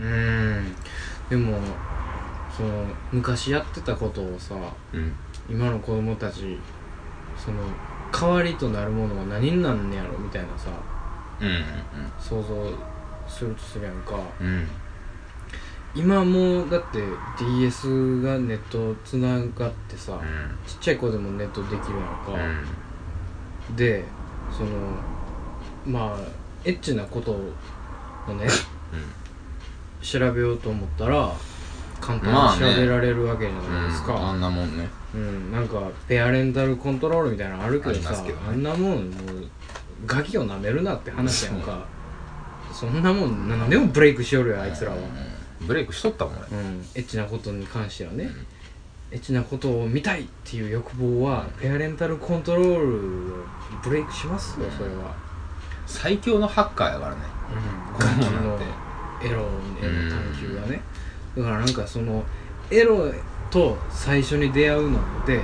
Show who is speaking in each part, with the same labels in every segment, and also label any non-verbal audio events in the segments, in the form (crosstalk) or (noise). Speaker 1: うんでもその昔やってたことをさ
Speaker 2: うん
Speaker 1: 今の子供たちその代わりとなるものは何になんねやろみたいなさ
Speaker 2: うん
Speaker 1: 想像するとするやんか
Speaker 2: うんうん
Speaker 1: 今もうだって DS がネットつながってさ、
Speaker 2: うん
Speaker 1: ちっちゃい子でもネットできるやんか、
Speaker 2: うん
Speaker 1: でそのまあエッチなことをね調べようと思ったら簡単に調べられるわけじゃないですか、
Speaker 2: うんあんなもんね
Speaker 1: うん、なんかペアレンタルコントロールみたいなのあるけど
Speaker 2: ありま
Speaker 1: さ
Speaker 2: す
Speaker 1: あ
Speaker 2: けどね
Speaker 1: んなもんもうガキを舐めるなって話やんかそんなもん何でもブレイクしよるよあいつらは、
Speaker 2: うんブレイクしとったもん俺
Speaker 1: うん、エッチなことに関してはね、エッチなことを見たいっていう欲望はペアレンタルコントロールをブレイクしますよそれは、
Speaker 2: 最強のハッカーやからね
Speaker 1: うん、
Speaker 2: こ
Speaker 1: ガ
Speaker 2: ん
Speaker 1: キ
Speaker 2: な
Speaker 1: の
Speaker 2: んて
Speaker 1: エロへの探求がねだからなんかそのエロと最初に出会うのって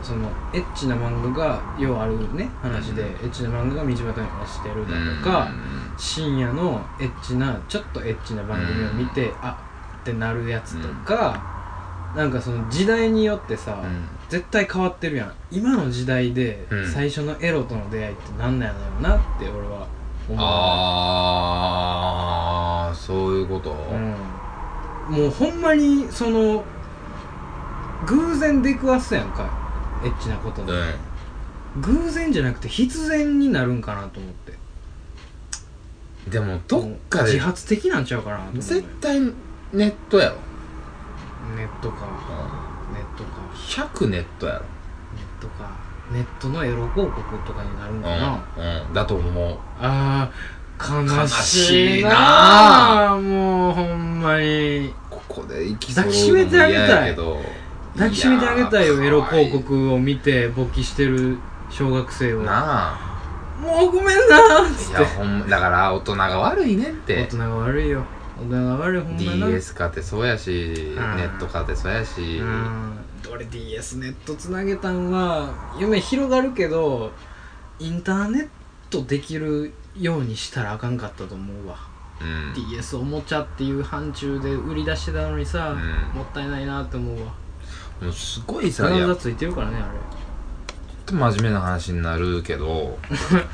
Speaker 1: そのエッチな漫画がようあるね話で、
Speaker 2: うん
Speaker 1: エッチな漫画が道端に落ちてるだとか、深夜のエッチなちょっとエッチな番組を見て、あってなるやつとか、なんかその時代によってさ、
Speaker 2: うん
Speaker 1: 絶対変わってるやん今の時代で
Speaker 2: うん
Speaker 1: 最初のエロとの出会いってなんなんやろうなって俺は思う
Speaker 2: ああそういうこと
Speaker 1: うんもうほんまにその偶然出くわすやんかエッチなこと
Speaker 2: う
Speaker 1: で、
Speaker 2: ん
Speaker 1: 偶然じゃなくて必然になるんかなと思って
Speaker 2: でもどっか
Speaker 1: 自
Speaker 2: で
Speaker 1: 発的なんちゃうかなと思う
Speaker 2: 絶対ネットやろ
Speaker 1: ネットかネットか
Speaker 2: 100ネットやろ
Speaker 1: ネットかネットのエロ広告とかになるんかな、
Speaker 2: うんうんだと思う
Speaker 1: あー悲しいな
Speaker 2: 悲しいな
Speaker 1: もうほんまに
Speaker 2: ここで行き
Speaker 1: 抱きしめてあげたい
Speaker 2: 嫌やけど
Speaker 1: 抱きしめてあげたいよ
Speaker 2: や
Speaker 1: エロ広告を見て勃起してる小学生を
Speaker 2: なあ
Speaker 1: もうごめんなーっつ
Speaker 2: い
Speaker 1: って
Speaker 2: やほんまだから大人が悪いねんって
Speaker 1: 大人が悪いよ大人が悪いほんまな
Speaker 2: DS 買ってそうやしネ
Speaker 1: ん
Speaker 2: ット買ってそうやし
Speaker 1: うん俺 DS ネットつなげたんは夢広がるけどインターネットできるようにしたらあかんかったと思うわ、
Speaker 2: うん
Speaker 1: DS おもちゃっていう範疇で売り出してたのにさ、
Speaker 2: うん
Speaker 1: もったいないなって思うわ
Speaker 2: もうすごいさい
Speaker 1: 裏
Speaker 2: やちょ
Speaker 1: 技
Speaker 2: っ
Speaker 1: ついてるからねあ
Speaker 2: と真面目な話になるけど
Speaker 1: れ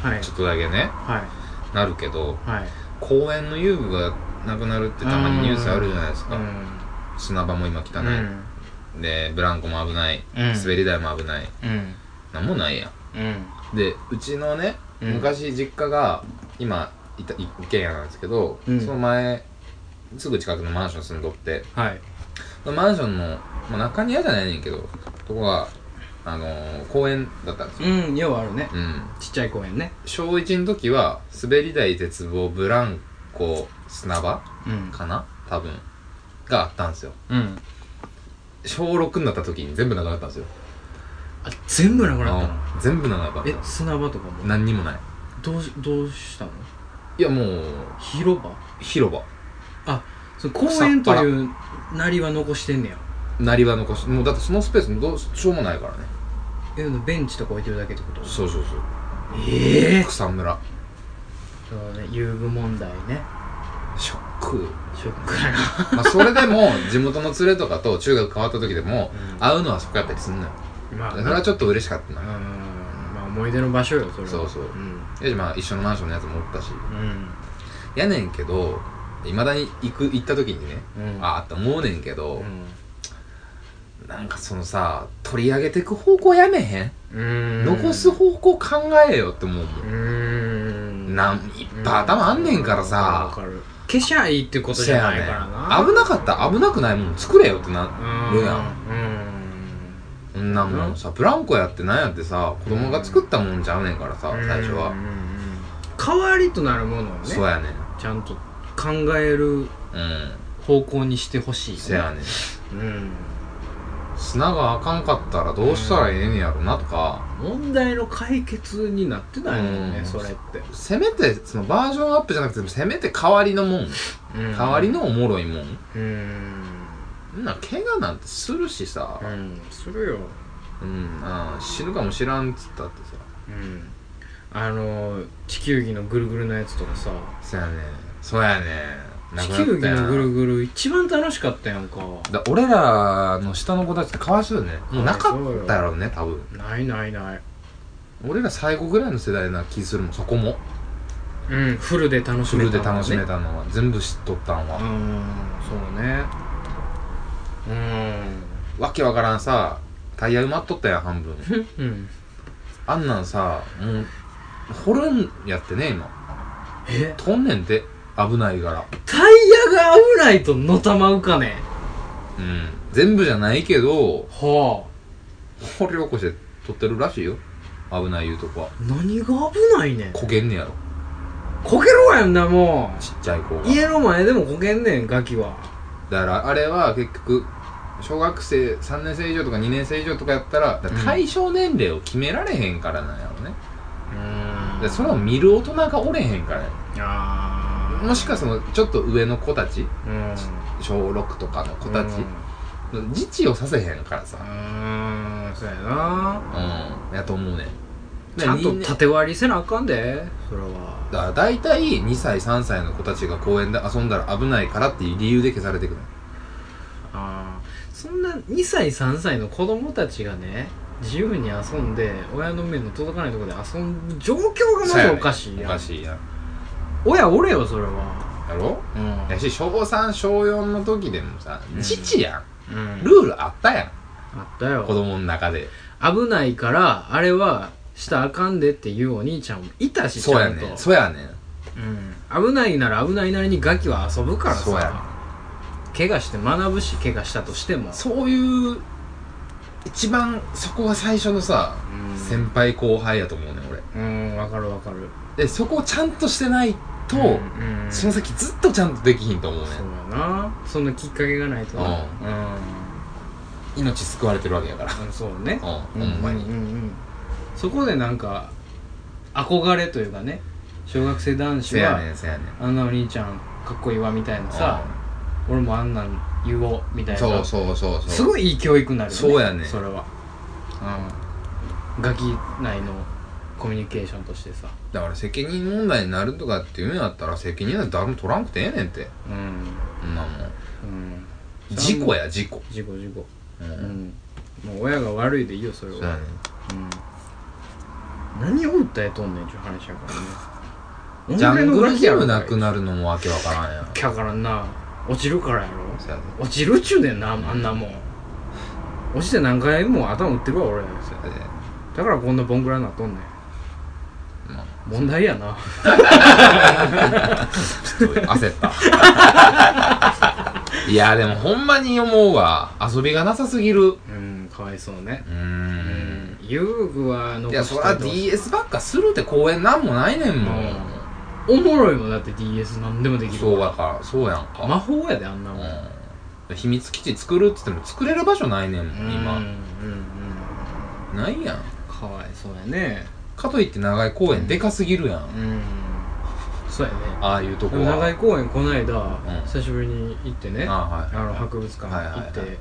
Speaker 1: はい
Speaker 2: ちょっとだけね
Speaker 1: はい
Speaker 2: なるけど
Speaker 1: はい
Speaker 2: 公園の遊具がなくなるってたまにニュースあるじゃないです
Speaker 1: う
Speaker 2: か
Speaker 1: ん
Speaker 2: 砂場も今汚
Speaker 1: う
Speaker 2: い、
Speaker 1: ん
Speaker 2: でブランコも危ない、
Speaker 1: うん
Speaker 2: 滑り台も危ない
Speaker 1: うん
Speaker 2: なんもないや
Speaker 1: うん
Speaker 2: んでうちのね、
Speaker 1: うん
Speaker 2: 昔実家が今いた一軒家なんですけど、
Speaker 1: うん
Speaker 2: その前すぐ近くのマンション住んどって
Speaker 1: はい
Speaker 2: そのマンションの、まあ、中庭じゃないねんけどとこが、あのー公園だったんですよ、
Speaker 1: うんようあるね
Speaker 2: うん、
Speaker 1: ちっちゃい公園ね
Speaker 2: 小1の時は滑り台鉄棒ブランコ砂場
Speaker 1: うん
Speaker 2: かな多分があったんですよ
Speaker 1: うん
Speaker 2: 小6になった時に全部なくなったんですよ
Speaker 1: あ全部なくなったの
Speaker 2: あの全部なくなった
Speaker 1: え砂場とかも
Speaker 2: 何にもない
Speaker 1: どうしどうしたの
Speaker 2: いやもう
Speaker 1: 広場
Speaker 2: 広場
Speaker 1: その公園というなりは残してんねや
Speaker 2: なりは残しもうだってそのスペースどうしようもないからね
Speaker 1: えベンチとか置いてるだけってこと
Speaker 2: そうそうそう
Speaker 1: ええ
Speaker 2: 草むら
Speaker 1: そうね遊具問題ね
Speaker 2: ショック
Speaker 1: ショックやな
Speaker 2: まあそれでも地元の連れとかと中学変わった時でも
Speaker 1: うん
Speaker 2: 会うのはそこやったりすんのよ
Speaker 1: ま
Speaker 2: そ
Speaker 1: あね
Speaker 2: れはちょっと嬉しかった
Speaker 1: うん
Speaker 2: な
Speaker 1: まあ思い出の場所よそれは
Speaker 2: そうそうんでまあ一緒のマンションのやつもおったし
Speaker 1: うん
Speaker 2: やねんけどいまだに行く行った時にね、
Speaker 1: うん
Speaker 2: ああって思うねんけど
Speaker 1: う、ん
Speaker 2: なんかそのさ取り上げてく方向やめへん、
Speaker 1: うん
Speaker 2: 残す方向考えよって思うもん
Speaker 1: う、ん
Speaker 2: なんいっぱい頭あんねんから
Speaker 1: わ
Speaker 2: さ、
Speaker 1: かる消しゃいいってことじゃないからな
Speaker 2: 危なかったら危なくないもん作れよってなるやん
Speaker 1: う
Speaker 2: そんなもんさブランコやってなんやってさ子供が作ったもんちゃうねんからさ
Speaker 1: ん
Speaker 2: 最初は
Speaker 1: うんうんうん代わりとなるものをね
Speaker 2: そうやねん
Speaker 1: ちゃんと考える
Speaker 2: う
Speaker 1: 方向にしてほしいよ
Speaker 2: ん
Speaker 1: ね
Speaker 2: せやねん
Speaker 1: うん
Speaker 2: 砂があかんかったらどうしたらええねやろなとか
Speaker 1: 問題の解決になってないもんね
Speaker 2: うん
Speaker 1: それって
Speaker 2: せめてそのバージョンアップじゃなくてせめて代わりのもん
Speaker 1: 代
Speaker 2: 代わりのおもろいもん
Speaker 1: うん
Speaker 2: そんなん怪我なんてするしさ
Speaker 1: うんするよ
Speaker 2: うんああ死ぬかもしらんっつったってさ
Speaker 1: うんあの地球儀のぐるぐるのやつとかさ
Speaker 2: そやねそうやねなくな
Speaker 1: 地球
Speaker 2: った
Speaker 1: 儀
Speaker 2: や
Speaker 1: のぐる
Speaker 2: ん
Speaker 1: ぐる一番楽しかったやんか
Speaker 2: だ俺らの下の子たちってかわいそうよねもうなかったやろうね多分
Speaker 1: ないないない
Speaker 2: 俺ら最後ぐらいの世代な気するもんそこも
Speaker 1: うんフルで楽し
Speaker 2: フ
Speaker 1: め
Speaker 2: ル
Speaker 1: た
Speaker 2: で楽しめ
Speaker 1: た
Speaker 2: たのは全部知っとったん
Speaker 1: う
Speaker 2: は、
Speaker 1: んそうねうん
Speaker 2: わけわからんさタイヤ埋まっとったやん
Speaker 1: (laughs)
Speaker 2: 半分
Speaker 1: うん
Speaker 2: あんなんさもう掘るんやってね今
Speaker 1: え
Speaker 2: とんねんて危ないから
Speaker 1: タイヤが危ないとのたまうかね
Speaker 2: うん全部じゃないけど
Speaker 1: は
Speaker 2: 掘り起こして取ってるらしいよ危ないいうとこは
Speaker 1: あ何が危ないねん
Speaker 2: 焦げんねやろ
Speaker 1: こけろやんなも
Speaker 2: ちっちゃい子が
Speaker 1: う家の前でもこけんねんガキは
Speaker 2: だからあれは結局小学生3年生以上とか2年生以上とかやったらだから
Speaker 1: うん
Speaker 2: 対象年齢を決められへんからなんやろね、
Speaker 1: うん
Speaker 2: でそれを見る大人がおれへんからや
Speaker 1: あ
Speaker 2: もしかそのちょっと上の子たち
Speaker 1: ーうん
Speaker 2: 小6とかの子たち
Speaker 1: うん、
Speaker 2: 自治をさせへんからさ
Speaker 1: うーんそうやな
Speaker 2: うんやと思うねん
Speaker 1: ちゃんと
Speaker 2: 人間
Speaker 1: 縦割りせなあかんでそれは
Speaker 2: だから大体2歳3歳の子たちが公園で遊んだら危ないからっていう理由で消されてくる
Speaker 1: あーそんな2歳3歳の子供たちがね自由に遊んで親の目の届かないところで遊ぶ状況がまずおかしい
Speaker 2: お
Speaker 1: やん
Speaker 2: かしいやん
Speaker 1: 親おれよそれは
Speaker 2: やろ
Speaker 1: うん
Speaker 2: やし小3小4の時でもさ
Speaker 1: うん
Speaker 2: 父や
Speaker 1: うん
Speaker 2: んルールあったや
Speaker 1: あった
Speaker 2: ん子
Speaker 1: よ
Speaker 2: 供の中で
Speaker 1: 危ないからあれはしたらあかんでっていうお兄ちゃんもいたし
Speaker 2: そうや
Speaker 1: ちゃん
Speaker 2: ねん
Speaker 1: と
Speaker 2: そうやねん
Speaker 1: うん、危ないなら危ないなりにガキは遊ぶから
Speaker 2: そうやね
Speaker 1: さ怪我して学ぶし怪我したとしても
Speaker 2: そういう一番そこが最初のさ
Speaker 1: うん
Speaker 2: 先輩後輩やと思うねん俺
Speaker 1: うんわかるわかる
Speaker 2: でそこをちゃんとしてないと、
Speaker 1: うんうん
Speaker 2: その先ずっとちゃんとできひんと思うねん
Speaker 1: そうやなそんなきっかけがないとな
Speaker 2: 命救われてるわけやから
Speaker 1: うん、うん、そうね
Speaker 2: うんほんま
Speaker 1: う
Speaker 2: に
Speaker 1: んうんそこでなんか憧れというかね小学生男子
Speaker 2: せや
Speaker 1: は
Speaker 2: ねんせやねん
Speaker 1: あんなお兄ちゃんかっこいいわみたいなさ俺もあんなん言おうみたいな
Speaker 2: そうそうそうそう
Speaker 1: すごいいい教育になるよね
Speaker 2: そうやね
Speaker 1: それはうんガキ内のコミュニケーションとしてさ
Speaker 2: だから責任問題になるとかっていうんやったら責任は誰も取らんくてええねんて
Speaker 1: うん
Speaker 2: そんなもん
Speaker 1: うん
Speaker 2: 事故や事故
Speaker 1: 事故事故
Speaker 2: う
Speaker 1: う
Speaker 2: ん、
Speaker 1: んもう親が悪いでいいよそれ
Speaker 2: そうや
Speaker 1: は
Speaker 2: ね
Speaker 1: うん何を訴えとんねんちゅう話やからね
Speaker 2: んジャングルヒムなく
Speaker 1: っ
Speaker 2: なるのもわけわからんやん
Speaker 1: きゃからんな落ちるからやろ
Speaker 2: そうやね
Speaker 1: 落ちるっちゅうねんなあんなもん落ちて何回も頭打ってるわ俺
Speaker 2: そうやで
Speaker 1: だからこんなボンクラになっとんねん
Speaker 2: まあ
Speaker 1: 問題やな
Speaker 2: ちょっと焦った (laughs) いやでもほんまに思うわ遊びがなさすぎるう
Speaker 1: うんかわいそうね
Speaker 2: ー
Speaker 1: うんん遊具は残
Speaker 2: いやそら
Speaker 1: しといてほし
Speaker 2: DS ばっかするって公園なんもないねんもん、
Speaker 1: うんおもろいもんだって DS 何でもできる
Speaker 2: そうだからそうやんか、
Speaker 1: 魔法やであんなもん、
Speaker 2: うん、秘密基地作るっつっても作れる場所ないねんもん
Speaker 1: うんうん
Speaker 2: 今
Speaker 1: うん
Speaker 2: ないやん
Speaker 1: かわいそうやね
Speaker 2: かといって長い公園でかすぎるやん、
Speaker 1: うんそうやね
Speaker 2: ああいうとこ
Speaker 1: で
Speaker 2: は
Speaker 1: も長井
Speaker 2: 公
Speaker 1: 公園こないだ
Speaker 2: ん
Speaker 1: 久しぶりに行ってね
Speaker 2: 園あ
Speaker 1: あ
Speaker 2: はい
Speaker 1: の博物館
Speaker 2: はいはい
Speaker 1: 行
Speaker 2: はい
Speaker 1: って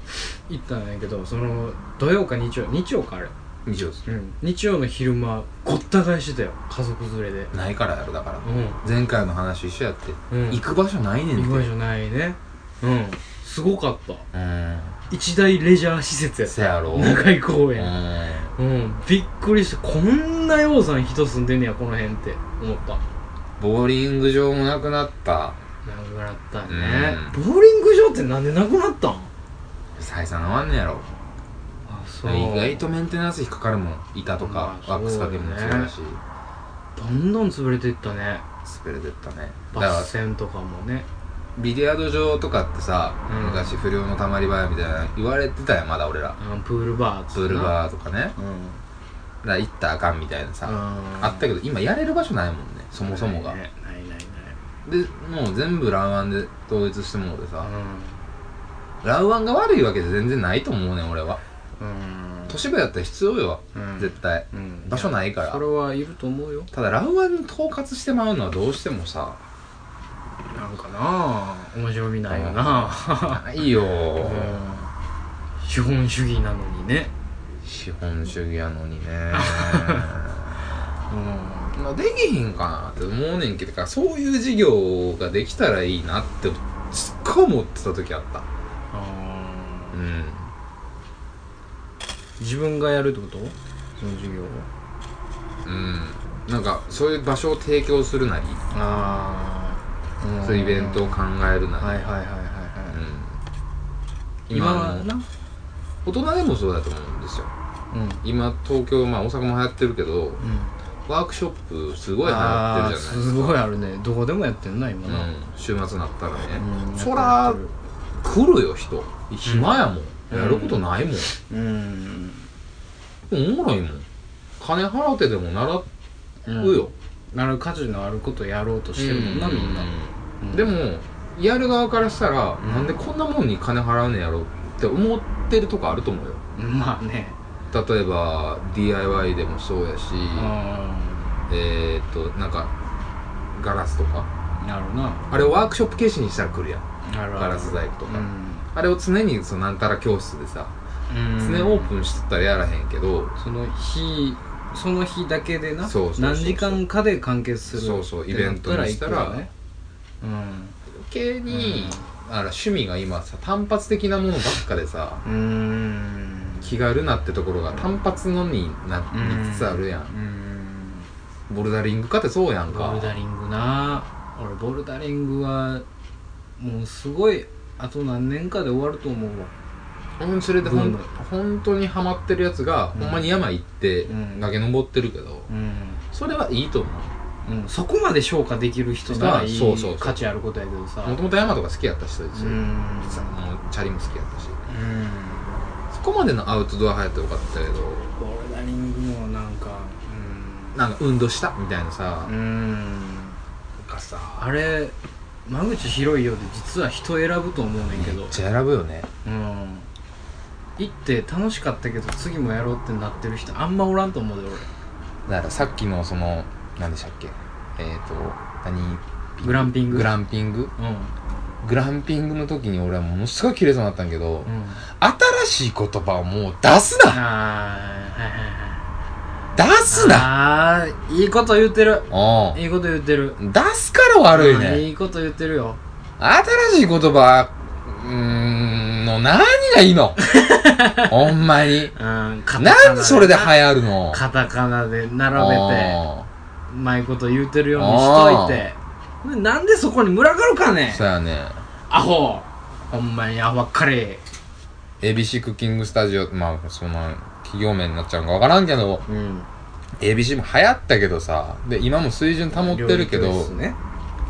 Speaker 1: 行ったんやけどその土曜か日曜日曜かあれ
Speaker 2: 以上です
Speaker 1: うん日曜の昼間ごった返してたよ家族連れで
Speaker 2: ないからやろだから、
Speaker 1: うん
Speaker 2: 前回の話一緒やって、
Speaker 1: うん
Speaker 2: 行く場所ないねんて
Speaker 1: 行く場所ないねうんすごかった
Speaker 2: うん
Speaker 1: 一大レジャー施設やった
Speaker 2: せやろ
Speaker 1: 長井公
Speaker 2: う
Speaker 1: 園
Speaker 2: ん
Speaker 1: うんびっくりしたこんな洋さん人住んでんねやこの辺って思った
Speaker 2: ボーリング場もなくなった
Speaker 1: なくなったね
Speaker 2: う
Speaker 1: ボーリング場ってなんでなくなったん
Speaker 2: 採算合わんねやろ
Speaker 1: あそ
Speaker 2: 意外とメンテナンス費かかるもん板とか
Speaker 1: ま、あ
Speaker 2: ワックスかけるもん
Speaker 1: そ
Speaker 2: そうう
Speaker 1: だね
Speaker 2: だし
Speaker 1: どんどん潰れていったね
Speaker 2: 滑れてったねだ
Speaker 1: バ
Speaker 2: から
Speaker 1: ス線とかもね
Speaker 2: ビリヤード場とかってさ、
Speaker 1: うん
Speaker 2: 昔不良のたまり場やみたいな言われてたやんまだ俺ら
Speaker 1: あのプールバー
Speaker 2: プール
Speaker 1: ー
Speaker 2: バーとかねだか
Speaker 1: うん
Speaker 2: ら行ったらあかんみたいなさ、あ
Speaker 1: あ
Speaker 2: ったけど今やれる場所ないもんねそもそもが、
Speaker 1: ないねないないない
Speaker 2: でもう全部ランワンで統一してもうてさ、
Speaker 1: う
Speaker 2: ランワンが悪いわけじゃ全然ないと思うねん俺は
Speaker 1: ん
Speaker 2: 都市部やったら必要よ、
Speaker 1: うん
Speaker 2: 絶対
Speaker 1: うん
Speaker 2: 場所ないから
Speaker 1: それはいると思うよ
Speaker 2: ただランワンに統括してまうのはどうしてもさ
Speaker 1: なんかなあ面白みないよな
Speaker 2: ないよ、
Speaker 1: (laughs) うん資本主義なのにね (laughs)
Speaker 2: 資本主義やのにね
Speaker 1: うん
Speaker 2: まあ、できひんかなって思うねんけどだからそういう事業ができたらいいなってすっごい思ってた時あった
Speaker 1: あ
Speaker 2: う
Speaker 1: ー
Speaker 2: ん
Speaker 1: 自分がやるってことその授業を
Speaker 2: うんなんかそういう場所を提供するなり
Speaker 1: ああ
Speaker 2: そういうイベントを考えるなり、
Speaker 1: はいはいはいはいは
Speaker 2: う
Speaker 1: い、
Speaker 2: ん、
Speaker 1: 今
Speaker 2: 今
Speaker 1: は
Speaker 2: の
Speaker 1: な
Speaker 2: 大人でもそうだと思うんですよ
Speaker 1: うんうん
Speaker 2: 今東京まあ大阪も流行ってるけどワークショップすごい流行っ
Speaker 1: あ
Speaker 2: て
Speaker 1: ー
Speaker 2: るじゃないです
Speaker 1: ごいあるねどこでもやってんな今な、
Speaker 2: うん、週末になったらね、
Speaker 1: うん
Speaker 2: そら来るよ人暇やもん、
Speaker 1: うん
Speaker 2: やることないもん、
Speaker 1: うん
Speaker 2: おもろいもん金払ってでも習
Speaker 1: うん
Speaker 2: うよ、
Speaker 1: なる価値のあることをやろうとしてるもんな、みんな、うん
Speaker 2: でもやる側からしたら、なんでこんなもんに金払うねやろって思ってるとこあると思うよ
Speaker 1: まあね
Speaker 2: 例えば DIY でもそうやし、
Speaker 1: あ
Speaker 2: えー、っとなんかガラスとか
Speaker 1: あなるな
Speaker 2: あれをワークショップ形式にしたら来るやん
Speaker 1: なる
Speaker 2: ガラス細工と
Speaker 1: う
Speaker 2: か、
Speaker 1: ん、
Speaker 2: あれを常にそのなんたら教室でさ常オープンしとったらやらへんけど、
Speaker 1: その日その日だけでな
Speaker 2: そうそうそうそう
Speaker 1: 何時間かで完結する
Speaker 2: そうそう
Speaker 1: ってなったら
Speaker 2: イベントにしたら
Speaker 1: 行くよねうん
Speaker 2: 余計に、あら趣味が今さ単発的なものばっかでさ
Speaker 1: うーん
Speaker 2: 気軽なってところが単発のになりつつあるや、
Speaker 1: うんん
Speaker 2: ボルダリングかってそうやん
Speaker 1: ボ
Speaker 2: か
Speaker 1: ルダリングな俺ボルダリングはもうすごいあと何年かで終わると思うわ
Speaker 2: うんそれでほん
Speaker 1: ブーム
Speaker 2: 本当にハマってるやつが、
Speaker 1: うん
Speaker 2: ほんまに山行って
Speaker 1: うん
Speaker 2: 崖登ってるけど、
Speaker 1: うん
Speaker 2: それはいいと思
Speaker 1: うん、そこまで消化できる人ならいい
Speaker 2: そうそうそう
Speaker 1: 価値あることやけどさ
Speaker 2: うもともと山とか好きやった人です
Speaker 1: う
Speaker 2: よ、
Speaker 1: ん
Speaker 2: さもうチャリも好きやったし
Speaker 1: うん
Speaker 2: そこまでのアウトドア流行ってよかったけど
Speaker 1: ボルダリングもなんかうん
Speaker 2: なんか運動したみたいなさ、
Speaker 1: うん
Speaker 2: なんかさ
Speaker 1: あれ間口広いようで実は人選ぶと思うねんけど
Speaker 2: めっちゃ選ぶよね
Speaker 1: うん行って楽しかったけど次もやろうってなってる人あんまおらんと思うで
Speaker 2: だからさっきのその何でしたっけえっ、ー、と何
Speaker 1: 俺グランピング
Speaker 2: グランピング
Speaker 1: うんうん
Speaker 2: グランピングの時に俺はものすごい綺麗そうになったんやけど、新しい言葉をもう出す
Speaker 1: あー
Speaker 2: な
Speaker 1: はいはいはい
Speaker 2: 出すな
Speaker 1: あーいいこと言ってる
Speaker 2: お
Speaker 1: いいこと言ってる
Speaker 2: 出すから悪い
Speaker 1: うん
Speaker 2: ね
Speaker 1: いいこと言ってるよ
Speaker 2: 新しい言葉うーんの何がいいのほんまに
Speaker 1: うんカタカナ
Speaker 2: なんでそれで流
Speaker 1: な
Speaker 2: 行るの
Speaker 1: カタカナで並べて
Speaker 2: お
Speaker 1: うまいこと言うてるようにしといてでなんでそこに群がるかね
Speaker 2: そうやね
Speaker 1: アホほんまにアホばっかり
Speaker 2: ABC クッキングスタジオまあその企業名になっちゃうのかわからんけど
Speaker 1: うん
Speaker 2: ABC も流行ったけどさで今も水準保ってるけ
Speaker 1: 料
Speaker 2: ど、
Speaker 1: 理教室ね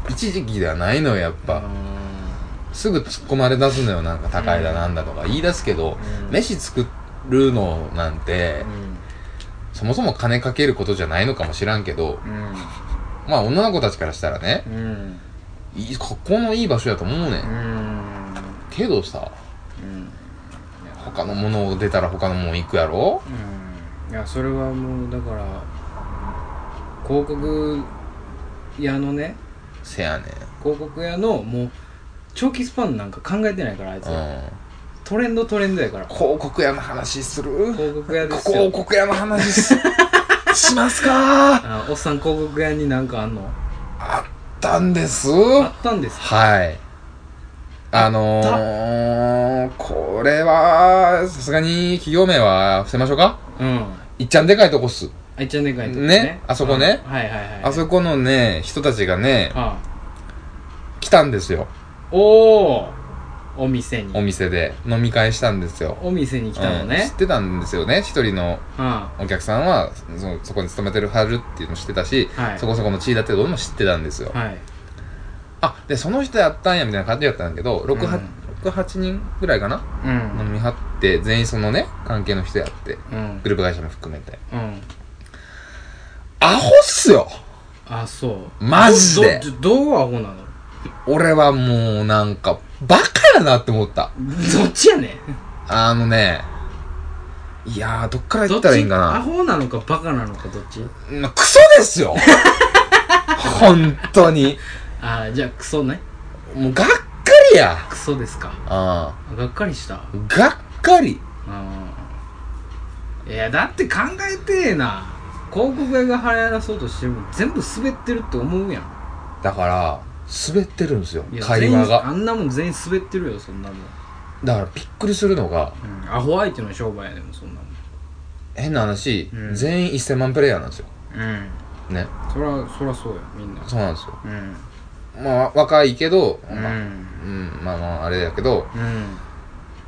Speaker 2: 一時期ではないのよやっ
Speaker 1: う
Speaker 2: ぱ、
Speaker 1: ん
Speaker 2: すぐ突っ込まれ出すのよなんか高いだなんだとか言い出すけど、
Speaker 1: うん
Speaker 2: 飯作るのなんて、そもそも金かけることじゃないのかもしらんけど
Speaker 1: うん
Speaker 2: まあ女の子たちからしたらね
Speaker 1: うん
Speaker 2: いい格好のいい場所やと思うね
Speaker 1: うんん
Speaker 2: けどさ
Speaker 1: うん
Speaker 2: 他のものを出たら他のもん行くやろ
Speaker 1: うんいやそれはもうだから広告屋のね
Speaker 2: せやね
Speaker 1: 広告屋のもう長期スパンなんか考えてないからあいつ
Speaker 2: ん、う
Speaker 1: ら
Speaker 2: ん、
Speaker 1: トレンドトレンドやから
Speaker 2: 広告屋の話する
Speaker 1: 広告屋です
Speaker 2: 広
Speaker 1: よ
Speaker 2: 告屋の
Speaker 1: (laughs)
Speaker 2: 話すしますか
Speaker 1: あおっさん広告屋になんかあんの
Speaker 2: あったんです
Speaker 1: あったんです
Speaker 2: はい。あのー、これは、さすがに企業名は伏せましょうか
Speaker 1: うん
Speaker 2: いっちゃんでかいとこっす。
Speaker 1: あいちゃんでかいとこ
Speaker 2: ねあそこね
Speaker 1: うんはいはいはい
Speaker 2: あそこのね、人たちがね、
Speaker 1: あ
Speaker 2: 来たんですよ。
Speaker 1: おおお店
Speaker 2: お
Speaker 1: に
Speaker 2: 店で。飲み会したんですよ。
Speaker 1: お店に来たの
Speaker 2: うん知
Speaker 1: ね
Speaker 2: ってたんですよね。一人の
Speaker 1: うんは
Speaker 2: お客さんは、そそこに勤めてるはるっていうの知ってたし、
Speaker 1: はい
Speaker 2: そこそこの地位だってことも知ってたんですよ。
Speaker 1: い
Speaker 2: あ、で、その人やったんやみたいな感じやったんだけど、6、
Speaker 1: うん
Speaker 2: 8 8人ぐらいかな
Speaker 1: う
Speaker 2: 飲
Speaker 1: ん
Speaker 2: み張って、全員そのね、関係の人やって。
Speaker 1: うん
Speaker 2: グループ会社も含めて。
Speaker 1: うん
Speaker 2: アホっすよ
Speaker 1: あそう
Speaker 2: マジで
Speaker 1: どどどうアホなの
Speaker 2: 俺はもうなんか、バカやなって思った。
Speaker 1: どっちやね
Speaker 2: あのね、いやー、どっから
Speaker 1: んど
Speaker 2: 言
Speaker 1: っ
Speaker 2: ったらいい
Speaker 1: ち
Speaker 2: んか
Speaker 1: ア
Speaker 2: な。
Speaker 1: ホなのかバカなのかどっち
Speaker 2: うんクソです
Speaker 1: (laughs)
Speaker 2: よ本当に。
Speaker 1: あじゃあクソね
Speaker 2: もうがっかりや。
Speaker 1: クソですか
Speaker 2: あ
Speaker 1: がっかりした
Speaker 2: ーがっかり。
Speaker 1: うんいやだって考えてえな広告屋が払い出そうとしても全部滑ってるって思うやん
Speaker 2: だから滑ってるんですよ
Speaker 1: いや
Speaker 2: 会話
Speaker 1: 全員あ
Speaker 2: が
Speaker 1: んなもん全員滑ってるよそんなもん、
Speaker 2: だからびっくりするのが
Speaker 1: うん、アホ相手の商売やでもそんなもん
Speaker 2: 変な話、
Speaker 1: うん
Speaker 2: 全員1000万プレイヤーなんですよ
Speaker 1: うん
Speaker 2: ね
Speaker 1: そらそらそうやみんな
Speaker 2: そうなんですよ
Speaker 1: うん
Speaker 2: まあ若いけど、
Speaker 1: う
Speaker 2: まあ
Speaker 1: ん
Speaker 2: うん、まあまああれやけど
Speaker 1: うん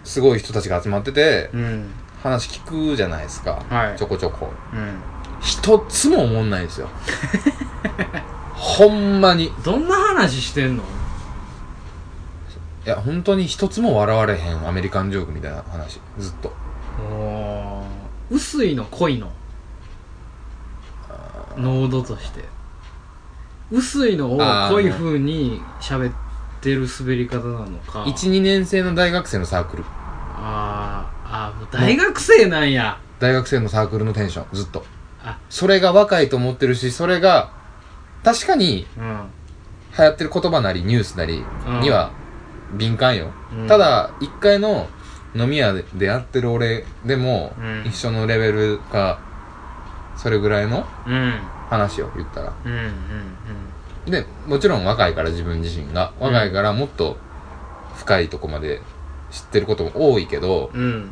Speaker 2: すごい人たちが集まってて
Speaker 1: うん
Speaker 2: 話聞くじゃないですか、
Speaker 1: はい
Speaker 2: ちょこちょこ
Speaker 1: うん
Speaker 2: 一つも思んない
Speaker 1: (laughs)
Speaker 2: んですよほんまにい
Speaker 1: どんな話してんの
Speaker 2: や本当に一つも笑われへんアメリカンジョークみたいな話ずっと
Speaker 1: おー薄いの濃いの濃度として薄いのを
Speaker 2: あー
Speaker 1: 濃い風に喋ってる滑り方なのか
Speaker 2: 12年生の大学生のサークル
Speaker 1: あーあーもう大学生なんや
Speaker 2: 大学生のサークルのテンションずっと
Speaker 1: あ
Speaker 2: それが若いと思ってるしそれが確かに
Speaker 1: うん
Speaker 2: 流行ってる言葉なりニュースなりには敏感よ、
Speaker 1: うん
Speaker 2: ただ一回の飲み屋でやってる俺でも
Speaker 1: うん
Speaker 2: 一緒のレベルがそれぐらいの
Speaker 1: うん
Speaker 2: 話を言ったら
Speaker 1: うんうんうん
Speaker 2: でもちろん若いから自分自身が
Speaker 1: うん
Speaker 2: 若いからもっと深いとこまで知ってることも多いけど、
Speaker 1: うん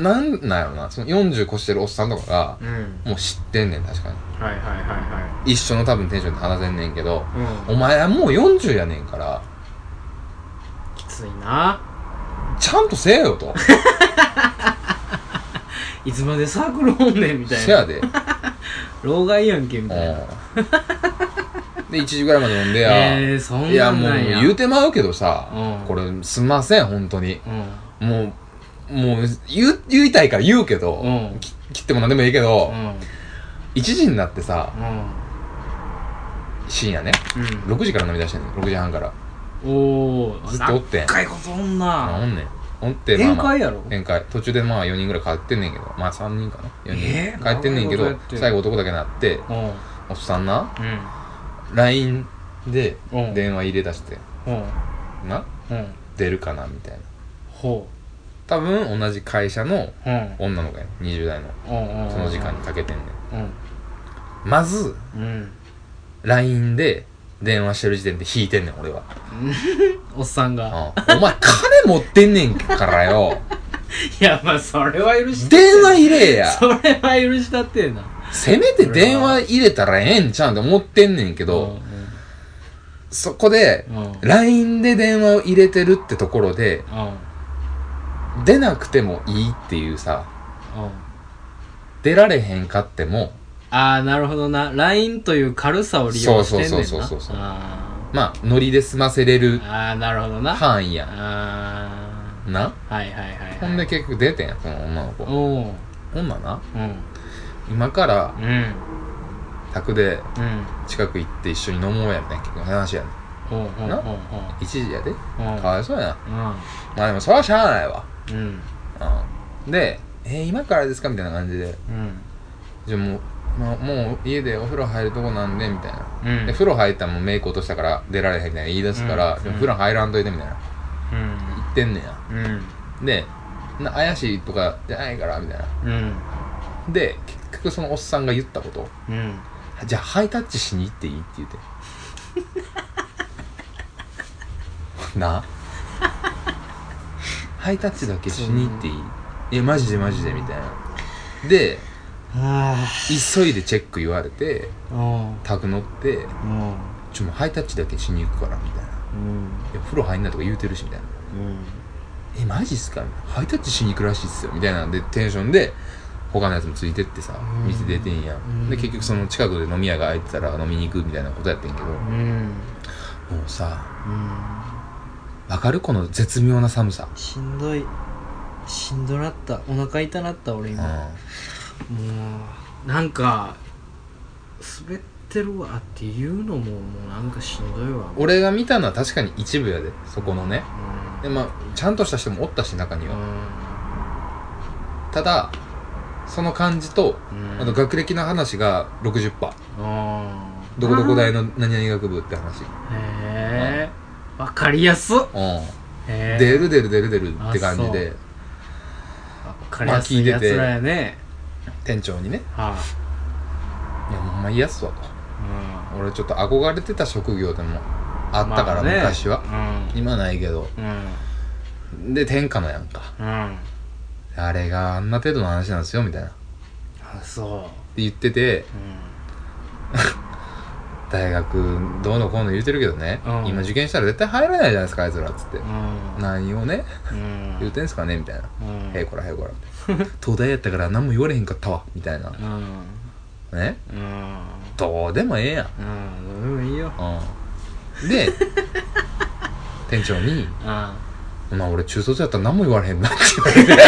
Speaker 2: なんなんやろなその40越してるおっさんとかが
Speaker 1: うん
Speaker 2: もう知ってんねん確かに
Speaker 1: はいはいはいは
Speaker 2: 一緒の多分テンションで話せんねんけど
Speaker 1: いうん
Speaker 2: お前はもう40やねんから
Speaker 1: きついな
Speaker 2: ちゃんとせえよと
Speaker 1: いつまでサークルおんねんみたい
Speaker 2: せ
Speaker 1: な
Speaker 2: やで
Speaker 1: 老害やんけみたいな
Speaker 2: うんで1時ぐらいまで飲んでや、
Speaker 1: えー、そん
Speaker 2: いや
Speaker 1: な
Speaker 2: も
Speaker 1: ん
Speaker 2: う
Speaker 1: なんや
Speaker 2: 言うてまうけどさ、
Speaker 1: うん
Speaker 2: これすんません本当に
Speaker 1: うん
Speaker 2: もうもう言う言いたいから言うけど、
Speaker 1: うん
Speaker 2: き切っても何でもいいけど、
Speaker 1: うん
Speaker 2: 1時になってさ
Speaker 1: うん
Speaker 2: 深夜ね
Speaker 1: うん
Speaker 2: 6時から飲み出してんねん6時半から
Speaker 1: おお
Speaker 2: ずっとおってん
Speaker 1: 長いことおん
Speaker 2: あ
Speaker 1: な
Speaker 2: おんねんおって
Speaker 1: 宴
Speaker 2: まあまあ
Speaker 1: 会やろ
Speaker 2: 宴会途中でまあ4人ぐらい帰ってんねんけどまあ3人かな4人、
Speaker 1: えー
Speaker 2: 帰ってんねんけ
Speaker 1: な
Speaker 2: ど
Speaker 1: るほど
Speaker 2: 最後男だけなって
Speaker 1: うん
Speaker 2: おっさんな
Speaker 1: うん
Speaker 2: LINE で
Speaker 1: うん
Speaker 2: 電話入れ出して
Speaker 1: うん
Speaker 2: な
Speaker 1: うん
Speaker 2: 出るかなみたいな
Speaker 1: ほ
Speaker 2: 多分同じ会社の
Speaker 1: ううん
Speaker 2: 女の子やね20代の
Speaker 1: うんうん
Speaker 2: その時間にかけてんね
Speaker 1: うん
Speaker 2: んまず
Speaker 1: うん
Speaker 2: LINE で電話してる時点で引いてんねん俺は、
Speaker 1: おっさん
Speaker 2: うん、
Speaker 1: が
Speaker 2: お前金持ってんねんからよ
Speaker 1: いやまあそれは許した
Speaker 2: 電話入れ
Speaker 1: (laughs)
Speaker 2: や
Speaker 1: それは許したってえな
Speaker 2: せめて電話入れたらええんちゃうんって思ってんねんけど、そこで
Speaker 1: うんうんうん
Speaker 2: LINE で電話を入れてるってところで出なくてもいいっていうさ
Speaker 1: うん
Speaker 2: 出られへんかっても
Speaker 1: ああなるほどな LINE という軽さを利用してんねんな
Speaker 2: そうそうそうそうそう
Speaker 1: あ
Speaker 2: まあノリで済ませれる
Speaker 1: ーあーなるほどなあ
Speaker 2: 範囲や
Speaker 1: あ
Speaker 2: な
Speaker 1: ーはいはいはいはい
Speaker 2: ほんで結局出てんやその女の子
Speaker 1: おう
Speaker 2: 女な
Speaker 1: うん
Speaker 2: 今から
Speaker 1: うん
Speaker 2: 宅で
Speaker 1: うん
Speaker 2: 近く行って一緒に飲もうやみたいな結構話やね
Speaker 1: おうおうおうおう
Speaker 2: 1時やでか
Speaker 1: おう
Speaker 2: わいそうやな
Speaker 1: うん
Speaker 2: まあでもそれはしゃあないわ
Speaker 1: うん
Speaker 2: うんでえー、今からですかみたいな感じで
Speaker 1: うん
Speaker 2: じゃあもう、まあ、もう家でお風呂入るとこなんでみたいな
Speaker 1: うんうん
Speaker 2: で風呂入ったらもうメイク落としたから出られへんみたいな言い出すから、
Speaker 1: うん
Speaker 2: でも風呂入らんといてみたいな言ってんねや
Speaker 1: うん
Speaker 2: でな怪しいとかじゃないからみたいな
Speaker 1: うん
Speaker 2: で結局そのおっさんが言ったこと
Speaker 1: うん
Speaker 2: じゃあハイタッチしに行っていいって (laughs) 言うてなハイタッチだけしに行っていいいやマジでマジでみたいなで
Speaker 1: あ
Speaker 2: 急いでチェック言われて
Speaker 1: あおう
Speaker 2: タグ乗って
Speaker 1: おう
Speaker 2: ちょもうハイタッチだけしに行くからみたいな
Speaker 1: うん
Speaker 2: いや風呂入んなとか言うてるしみたいな
Speaker 1: うん
Speaker 2: えマジっすかみたいなハイタッチしに行くらしいっすよみたいなんでテンションで他のやつもついてってさ
Speaker 1: うん
Speaker 2: 店出てんや
Speaker 1: うん
Speaker 2: んで結局その近くで飲み屋が空いてたら飲みに行くみたいなことやってんけども
Speaker 1: うん
Speaker 2: うさ
Speaker 1: うん
Speaker 2: わかるこの絶妙な寒さ
Speaker 1: しんどいしんどなったお腹痛なった俺
Speaker 2: うん
Speaker 1: 今もうなんか滑ってるわっていうのももうなんかしんどいわ
Speaker 2: 俺が見たのは確かに一部やでそこのね
Speaker 1: う
Speaker 2: でまあちゃんとした人もおったし中に
Speaker 1: んう
Speaker 2: は
Speaker 1: ん
Speaker 2: ただその感じと
Speaker 1: うん
Speaker 2: あと学歴の話が60%
Speaker 1: うん
Speaker 2: どこどこ大の何々学部って話
Speaker 1: へえわかりやすっ
Speaker 2: うん
Speaker 1: へえ
Speaker 2: 出る出る出る出るって感じ
Speaker 1: あ
Speaker 2: で
Speaker 1: わかりやすいやつらやね
Speaker 2: 店長にね
Speaker 1: は
Speaker 2: まあいいやつだと
Speaker 1: あ
Speaker 2: 俺ちょっと憧れてた職業でもあったから、昔は今ないけど
Speaker 1: うんうん
Speaker 2: で天下のやんか
Speaker 1: うん
Speaker 2: あれがあんな程度の話なんですよみたいなって
Speaker 1: あそ
Speaker 2: 言ってて
Speaker 1: ううん
Speaker 2: 大学どうのこうの言うてるけどね、
Speaker 1: うん
Speaker 2: 今受験したら絶対入らないじゃないですかあいつらっつって、
Speaker 1: うん
Speaker 2: 何をね
Speaker 1: うん
Speaker 2: 言うてんすかねみたいな、
Speaker 1: うん
Speaker 2: へいこらへいこらみたい
Speaker 1: (laughs)
Speaker 2: な東大やったから何も言われへんかったわみたいな
Speaker 1: うん
Speaker 2: ね
Speaker 1: うん
Speaker 2: どうでもええやん
Speaker 1: うんどうでもいいよ
Speaker 2: う
Speaker 1: (laughs)
Speaker 2: んで店長に
Speaker 1: あ
Speaker 2: 「まあ俺中卒やったら何も言われへんな」って言われて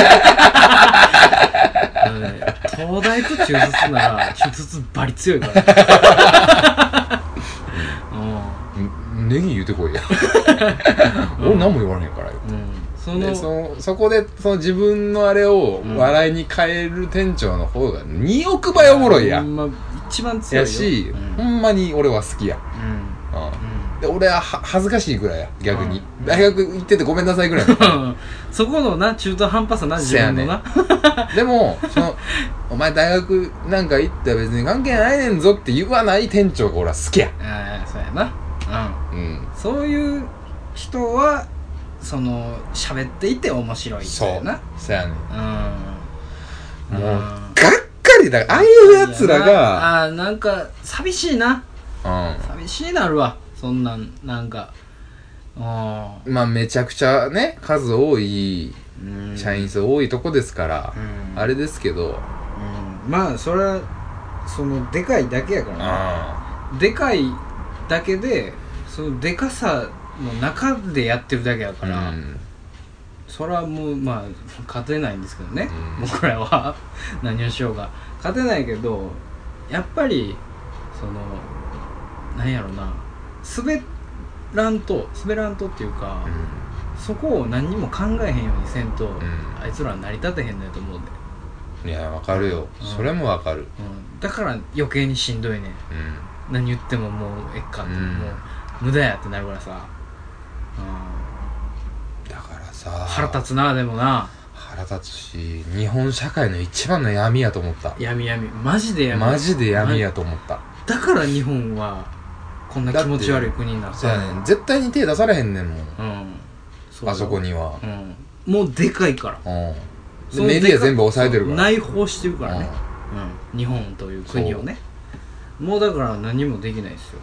Speaker 1: あのね東大と中卒なら中卒バリ強い
Speaker 2: (laughs)
Speaker 1: からね
Speaker 2: 「ネギ言うてこ
Speaker 1: (laughs)
Speaker 2: いや」「俺何も言われへんからよ
Speaker 1: うんうんそ」
Speaker 2: で
Speaker 1: の
Speaker 2: そのそこでその自分のあれを
Speaker 1: うん
Speaker 2: 笑いに変える店長の方が2億倍おもろいや
Speaker 1: ほ
Speaker 2: ん
Speaker 1: んま一番強いよ
Speaker 2: やし、
Speaker 1: うん
Speaker 2: ほんまに俺は好きや、
Speaker 1: うん
Speaker 2: うん
Speaker 1: うん
Speaker 2: で俺はは恥ずかしいぐらいや逆に、
Speaker 1: うん
Speaker 2: 大学行っててごめんなさいぐらい
Speaker 1: (laughs) そこのな中途半端さな自分のな、
Speaker 2: でもその「お前大学なんか行ったら別に関係ないねんぞ」って言わない店長が俺は好きや
Speaker 1: ああそうやな
Speaker 2: うん
Speaker 1: うんそういう人はその喋っていて面白いみ
Speaker 2: そ
Speaker 1: たいうな
Speaker 2: そやねん
Speaker 1: うん
Speaker 2: もう
Speaker 1: うん
Speaker 2: がっかりだからああいうやつらが
Speaker 1: ああーなんか寂しいな
Speaker 2: う
Speaker 1: 寂しいなるわそんなんなんかうん
Speaker 2: まあめちゃくちゃね数多い
Speaker 1: んうん
Speaker 2: 社員数多いとこですから、
Speaker 1: うん
Speaker 2: あれですけど
Speaker 1: うんまあそれはそのでかいだけやからな
Speaker 2: あ
Speaker 1: でかいだけでそのでかさの中でやってるだけや
Speaker 2: あ
Speaker 1: から、
Speaker 2: うん
Speaker 1: それはもうまあ勝てないんですけどね、
Speaker 2: うん
Speaker 1: 僕らは (laughs) 何をしようが勝てないけどやっぱりそのなんやろな滑らんと滑らんとっていうか、そこを何にも考えへんようにせんと、
Speaker 2: ん
Speaker 1: あいつらは成り立てへんねんと思うで、
Speaker 2: うんいやわかるよ、
Speaker 1: うん
Speaker 2: それもわかる
Speaker 1: うん、だから余計にしんどいねん
Speaker 2: うん
Speaker 1: 何言ってももうえっかって、
Speaker 2: うん
Speaker 1: もう無駄やってなるからさ、
Speaker 2: だからさ
Speaker 1: うん、腹立つなでもな
Speaker 2: 腹立つし日本社会の一番の闇やと思った
Speaker 1: 闇闇マジで闇
Speaker 2: マジで闇やと思った
Speaker 1: だから日本はこんな気持ち悪い国になった
Speaker 2: そうやねん絶対に手出されへんねんもん
Speaker 1: うんそうよ
Speaker 2: あそこには
Speaker 1: うんもうでかいから
Speaker 2: うん
Speaker 1: そ
Speaker 2: で
Speaker 1: の
Speaker 2: メディア全部
Speaker 1: でか
Speaker 2: 抑えてるから
Speaker 1: 内包してるからね、うん、日本という国をねもうだから何もできない
Speaker 2: (laughs)
Speaker 1: ですよ、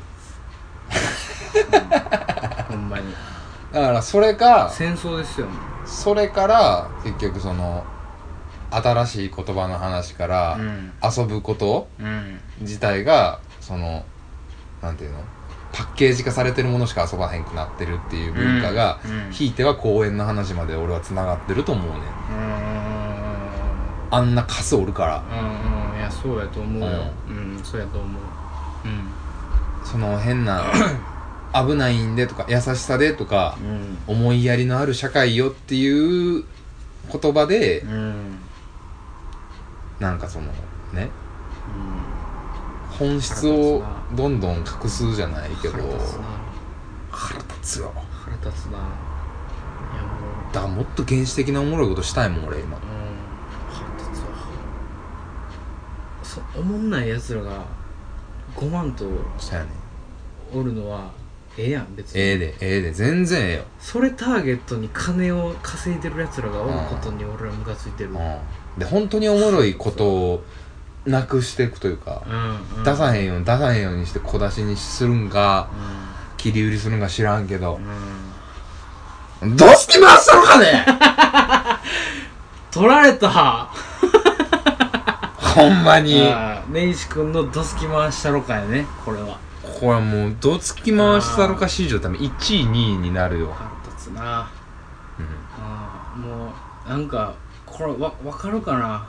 Speaker 1: うん、ほんまに
Speaker 2: だからそれか
Speaker 1: 戦争ですよも
Speaker 2: それから結局その新しい言葉の話か
Speaker 1: うう
Speaker 2: ら
Speaker 1: ん
Speaker 2: 遊ぶこと
Speaker 1: うん
Speaker 2: 自体がそのなんていうのパッケージ化されてるものしか遊ばへんくなってるっていう文化が
Speaker 1: うんうん
Speaker 2: ひいては公園の話まで俺は繋がってると思うねん
Speaker 1: うーん
Speaker 2: あんなカスおるから
Speaker 1: うんうんいやそうやと思うようん、そうやと思うう
Speaker 2: その
Speaker 1: (coughs)
Speaker 2: 変な危ないんでとか優しさでとか
Speaker 1: ん
Speaker 2: 思いやりのある社会よっていう言葉で
Speaker 1: うんうん
Speaker 2: なんかそのね
Speaker 1: うん
Speaker 2: 本質をどんどん隠すじゃないけど
Speaker 1: 腹立つな
Speaker 2: 腹立つよ
Speaker 1: 腹立つないやもう
Speaker 2: だからもっと原始的なおもろいことしたいもん俺今
Speaker 1: うん腹立つわそおもんないやつらが5万と
Speaker 2: したやねん
Speaker 1: おるのはええやん別に、
Speaker 2: ええでええで全然ええよ
Speaker 1: それターゲットに金を稼いでるやつらがおることに俺らムカついてるうん、
Speaker 2: うんで本当におもろいことをなくしていくというか
Speaker 1: うん、
Speaker 2: 出さへんように出さへんようにして小出しにするんか
Speaker 1: う
Speaker 2: 切り売りするんか知らんけど
Speaker 1: ん、うん、
Speaker 2: どうして回したのかね (laughs)
Speaker 1: 取られた
Speaker 2: ほんまに
Speaker 1: あー根岸君のドスキ回したろかやねこれは
Speaker 2: これはもうどつき回したのか史上多分1位2位になるよ、
Speaker 1: 腹立つな
Speaker 2: うん
Speaker 1: あーもうなんかこれわ分かるかな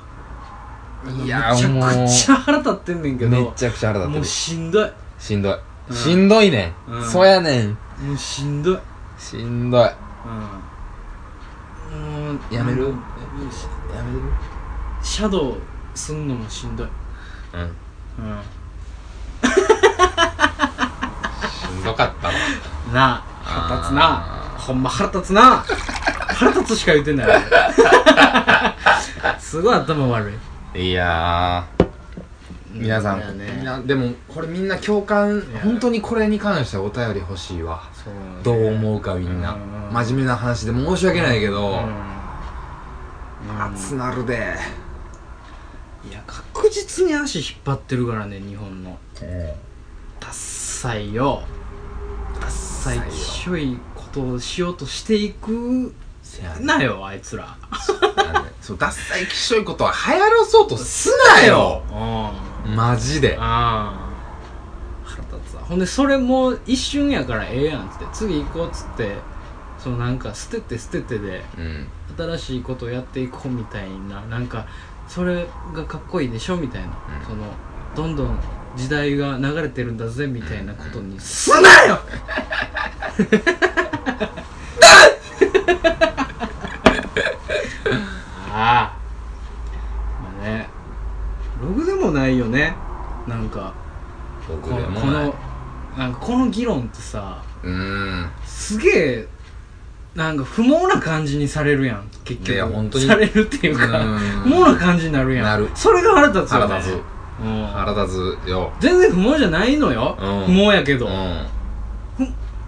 Speaker 1: い
Speaker 2: いやー
Speaker 1: めちゃくちゃ腹立ってんねんけど
Speaker 2: めっちゃくちゃ腹
Speaker 1: もう
Speaker 2: 立って
Speaker 1: しんどい
Speaker 2: るしんどい、
Speaker 1: うん
Speaker 2: しんどいねん、
Speaker 1: うん
Speaker 2: そうやねん
Speaker 1: もうしんどい
Speaker 2: しんどい
Speaker 1: うんもう
Speaker 2: やめる
Speaker 1: うんし
Speaker 2: やめる
Speaker 1: シャドウすんのもしんどい
Speaker 2: うん
Speaker 1: うん
Speaker 2: しんどかったわ
Speaker 1: なあ腹立つなほんま腹立つな腹立つしか言って
Speaker 2: (laughs)
Speaker 1: ない俺すごい頭悪い
Speaker 2: いや皆さん、
Speaker 1: そうだよね
Speaker 2: みんなでもこれみんな共感
Speaker 1: いや
Speaker 2: 本当にこれに関してはお便り欲しいわ
Speaker 1: そうなんだね
Speaker 2: どう思うかみんな
Speaker 1: うん
Speaker 2: 真面目な話で申し訳ないけ
Speaker 1: う
Speaker 2: ど
Speaker 1: ん
Speaker 2: 熱なるで
Speaker 1: いや確実に足引っ張ってるからね日本のダッサいよダッサい
Speaker 2: ダッサいよ
Speaker 1: きしょいことをしようとしていく
Speaker 2: せやね
Speaker 1: なよあいつら
Speaker 2: なんでそうダッサいきっしょいことは流行らそうとすなよ
Speaker 1: うんあ
Speaker 2: マジで
Speaker 1: あ腹立つわほんでそれもう一瞬やからええやんっつって次行こうっつってそのなんか捨てて捨ててで
Speaker 2: うん
Speaker 1: 新しいことをやっていこうみたいななんかそれがかっこいいでしょみたいな、
Speaker 2: うん
Speaker 1: そのどんどん時代が流れてるんだぜみたいなことにすなよ (laughs) ああまあねログでもないよねなんか
Speaker 2: 僕
Speaker 1: こ
Speaker 2: で
Speaker 1: の
Speaker 2: も
Speaker 1: こ
Speaker 2: ない
Speaker 1: のなんかこの議論ってさ
Speaker 2: うーん
Speaker 1: すげえなんか不毛な感じにされるやん結局
Speaker 2: いや本当に
Speaker 1: されるっていうか
Speaker 2: うん
Speaker 1: 不毛な感じになるやん
Speaker 2: なる
Speaker 1: それが腹立つよ、ね、
Speaker 2: 腹立つ
Speaker 1: うん
Speaker 2: 腹立つよ
Speaker 1: 全然不毛じゃないのよ、
Speaker 2: う
Speaker 1: 不
Speaker 2: ん
Speaker 1: 毛やけど、
Speaker 2: うん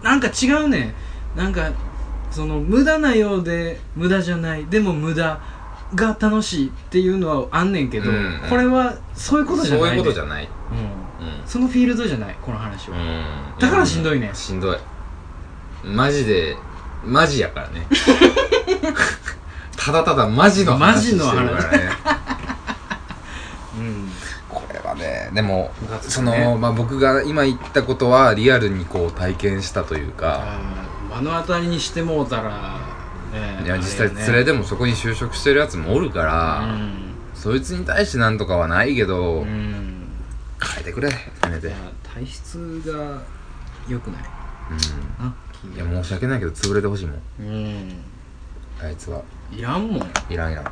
Speaker 1: なんか違うねんなんかその無駄なようで無駄じゃないでも無駄が楽しいっていうのはあんねんけど、
Speaker 2: うん
Speaker 1: これはそういうことじゃ
Speaker 2: そう
Speaker 1: ない、ねん、
Speaker 2: いうことじ
Speaker 1: ゃ
Speaker 2: ゃないうん
Speaker 1: そのフィールドじゃないこの話は、
Speaker 2: うん
Speaker 1: だからしんどいね
Speaker 2: しんどいマジでマジやから
Speaker 1: (laughs)
Speaker 2: ねただただマジの話してるからね
Speaker 1: うん
Speaker 2: これはねでも
Speaker 1: 部活
Speaker 2: そ
Speaker 1: とかね
Speaker 2: の、まあ、僕が今言ったことはリアルにこう体験したというか、
Speaker 1: あー目の当たりにしてもうたら、ね
Speaker 2: いや実際連
Speaker 1: れ
Speaker 2: れでもそこに就職してるやつもおるか
Speaker 1: う
Speaker 2: ら、
Speaker 1: ん、
Speaker 2: そいつに対してなんとかはないけど、
Speaker 1: うん、
Speaker 2: 変えてくれせめ
Speaker 1: い
Speaker 2: て、
Speaker 1: や体質が良くないな
Speaker 2: うん、いや申し訳ないけど潰れてほしいもん
Speaker 1: うん
Speaker 2: あいつはい
Speaker 1: らんもんマジで
Speaker 2: いらんいらん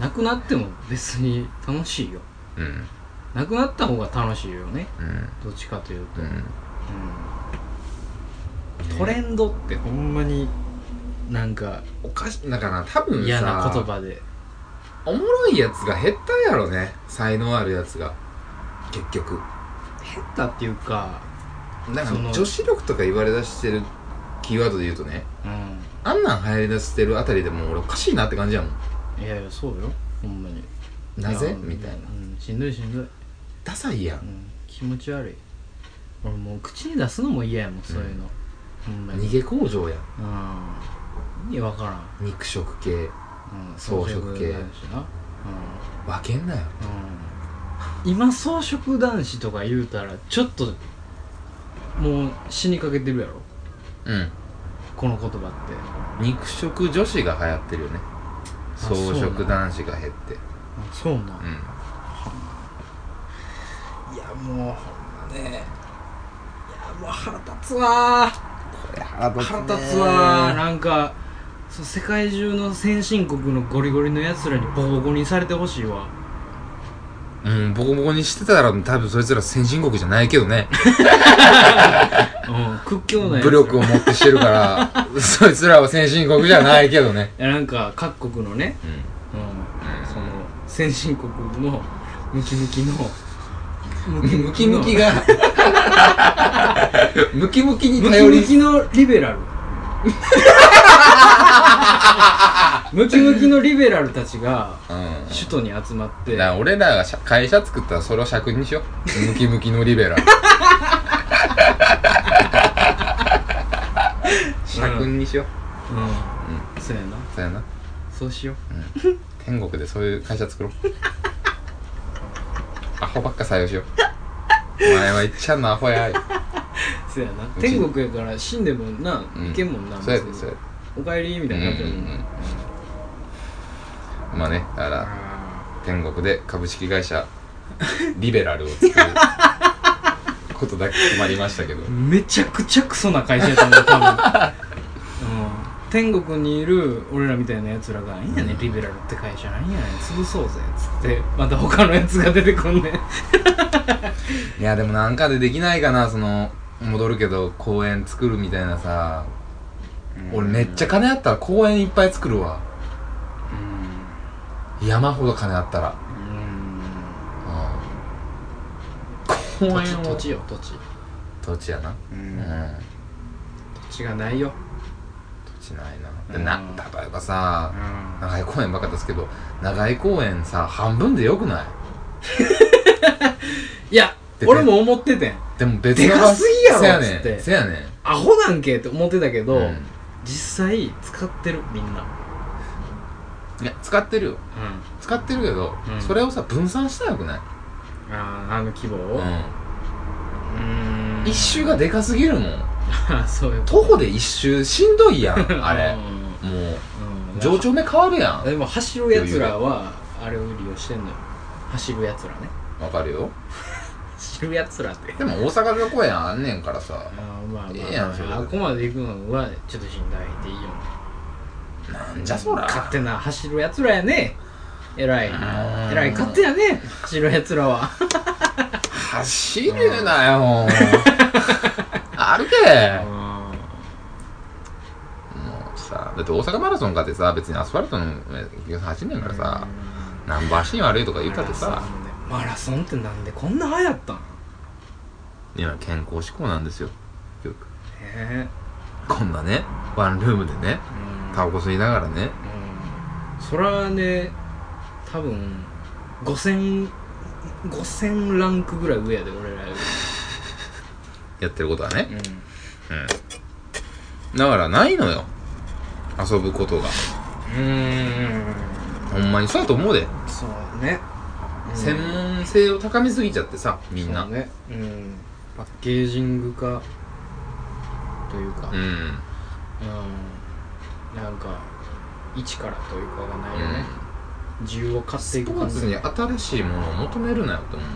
Speaker 1: なくなっても別に楽しいよ
Speaker 2: うん
Speaker 1: なくなった方が楽しいよね
Speaker 2: うん
Speaker 1: どっちかというと、
Speaker 2: う
Speaker 1: うん
Speaker 2: ん
Speaker 1: トレンドってほんまになんか
Speaker 2: おかしだからな多分さ
Speaker 1: 嫌な言葉で
Speaker 2: おもろいやつが減ったんやろね才能あるやつが結局
Speaker 1: 減ったっていうか
Speaker 2: なん
Speaker 1: その
Speaker 2: か女子力とか言われだしてるキーワードで言うとね
Speaker 1: うん
Speaker 2: あんなん流行りだしてるあたりでもう俺おかしいなって感じやもん
Speaker 1: いやいやそうよほんまに
Speaker 2: なぜ
Speaker 1: や
Speaker 2: みたいな
Speaker 1: うん、しんどいしんどい、うん、
Speaker 2: ダサいやん
Speaker 1: 気持ち悪い俺もう口に出すのも嫌やもんそういうの、ほんまに
Speaker 2: 逃げ工場やん
Speaker 1: うん意味わから
Speaker 2: 肉食系
Speaker 1: ん、うん、
Speaker 2: 草食系
Speaker 1: 男子な
Speaker 2: 分けんなよ
Speaker 1: うん、うん、今草食男子とか言うたらちょっともう死にかけてるやろ
Speaker 2: うん
Speaker 1: この言葉って
Speaker 2: 肉食女子が流行ってるよね草
Speaker 1: そうなん
Speaker 2: 食男子が減って
Speaker 1: あそうなん
Speaker 2: うん
Speaker 1: いやもうほんまねいやもう腹立つわー
Speaker 2: これ腹立
Speaker 1: 腹立つわーなんかそう世界中の先進国のゴリゴリのやつらにボコボコにされてほしいわ
Speaker 2: うんボコボコにしてたら多分そいつら先進国じゃないけどね
Speaker 1: うん屈強なやつ
Speaker 2: 武力を持ってしてるから (laughs) そいつらは先進国じゃないけどね
Speaker 1: いやなんか各国のね、うん、その先進国のムキムキの
Speaker 2: ムキムキがムキムキに
Speaker 1: ムキ
Speaker 2: 頼り
Speaker 1: ムキのリベラルムキムキのリベラルたちが
Speaker 2: うん
Speaker 1: 首都に集まって
Speaker 2: だから俺らが社会社作ったらそれを尺にしようムキムキのリベラル尺にしよう
Speaker 1: うん、そうやな
Speaker 2: そうやな、
Speaker 1: そうしよう
Speaker 2: うん、天国でそういう会社 (laughs) 作ろうアホばっか採用しようお前はいっちゃんのアホや
Speaker 1: そうやな
Speaker 2: うち
Speaker 1: 天国やから死んでもな、
Speaker 2: うん
Speaker 1: いけんもんな
Speaker 2: そうやで
Speaker 1: 別に
Speaker 2: そうや
Speaker 1: おかえりみたいな感じやもん
Speaker 2: うんうんう
Speaker 1: なん
Speaker 2: まあねだから
Speaker 1: あ
Speaker 2: 天国で株式会 (laughs) 社リベラルを作ることだけ決まりましたけど
Speaker 1: ーめちゃくちゃクソな会社やと思う多分、うん、天国にいる俺らみたいなやつらが「いいんやねリベラルって会社なんやねん潰そうぜ」っつってまた他のやつが出てこんねん
Speaker 2: いやでもなんかでできないかなその戻るけど公園作るみたいなさ俺めっちゃ金あったら公園いっぱい作るわ
Speaker 1: うん
Speaker 2: 山ほど金あったら
Speaker 1: うん
Speaker 2: 公園を
Speaker 1: 土地土地よ土地
Speaker 2: 土地やな
Speaker 1: う
Speaker 2: うんん
Speaker 1: 土地がないよ
Speaker 2: 土地ないな
Speaker 1: うん
Speaker 2: でな例えばさ
Speaker 1: う
Speaker 2: 長井公園ばっかですけど長井公園さ半分でよくない
Speaker 1: んいや
Speaker 2: で
Speaker 1: 俺も思っててん
Speaker 2: でも別の
Speaker 1: でかすぎやろ
Speaker 2: せや
Speaker 1: つって
Speaker 2: ねんせやねん
Speaker 1: アホなんけって思ってたけど、
Speaker 2: うん
Speaker 1: 実際使ってるみんな、
Speaker 2: いや使ってるよ
Speaker 1: う
Speaker 2: 使ってるけど
Speaker 1: うん
Speaker 2: それをさ分散したらよくない
Speaker 1: ん、あーあの規模を
Speaker 2: う
Speaker 1: うん
Speaker 2: ん一周がでかすぎるもん
Speaker 1: あ (laughs) そうよ
Speaker 2: 徒歩で一周しんどいや
Speaker 1: (laughs)
Speaker 2: んあれ
Speaker 1: う
Speaker 2: もうん
Speaker 1: うん
Speaker 2: 情緒目変わるやん
Speaker 1: でも走るやつらはあれを利用してんのよ走るやつらね
Speaker 2: わかるよ
Speaker 1: 走るやつらって
Speaker 2: (laughs) でも大阪旅行やんあんねんからさ
Speaker 1: あーまあまあ、
Speaker 2: ええやんそれ
Speaker 1: あここまで行くのはちょっとしんどいっていいよ
Speaker 2: なんじゃそら
Speaker 1: 勝手な走るやつらやねえらい
Speaker 2: ー
Speaker 1: えらい勝手やね走るやつら
Speaker 2: (laughs)
Speaker 1: は
Speaker 2: 走るなよ
Speaker 1: (laughs)
Speaker 2: 歩け
Speaker 1: あ
Speaker 2: もうさだって大阪マラソンかってさ別にアスファルトの上走んねんからさナンバーシーン悪いとか言ったってさ
Speaker 1: マラソンってなんでこんな流行ったん
Speaker 2: いや健康志向なんですよよく
Speaker 1: ね
Speaker 2: こんなねワンルームでね
Speaker 1: えうん
Speaker 2: タバコ吸いながらね
Speaker 1: うんそらね多分5000 5000ランクぐらい上やで俺らよ
Speaker 2: やってることは
Speaker 1: り
Speaker 2: ね
Speaker 1: うん
Speaker 2: だからないのよ遊ぶことがほんまにそうやと思うで、
Speaker 1: そうねうん
Speaker 2: 専門性を高めすぎちゃってさみんな
Speaker 1: そううねうんパッケージング化というか
Speaker 2: ん
Speaker 1: うんなんか一からというかがないよね
Speaker 2: う
Speaker 1: 需要を買
Speaker 2: ん、
Speaker 1: って
Speaker 2: ス
Speaker 1: い
Speaker 2: ポ
Speaker 1: く
Speaker 2: ー
Speaker 1: 感
Speaker 2: ツ
Speaker 1: じ
Speaker 2: に新しいものを求めるなよと思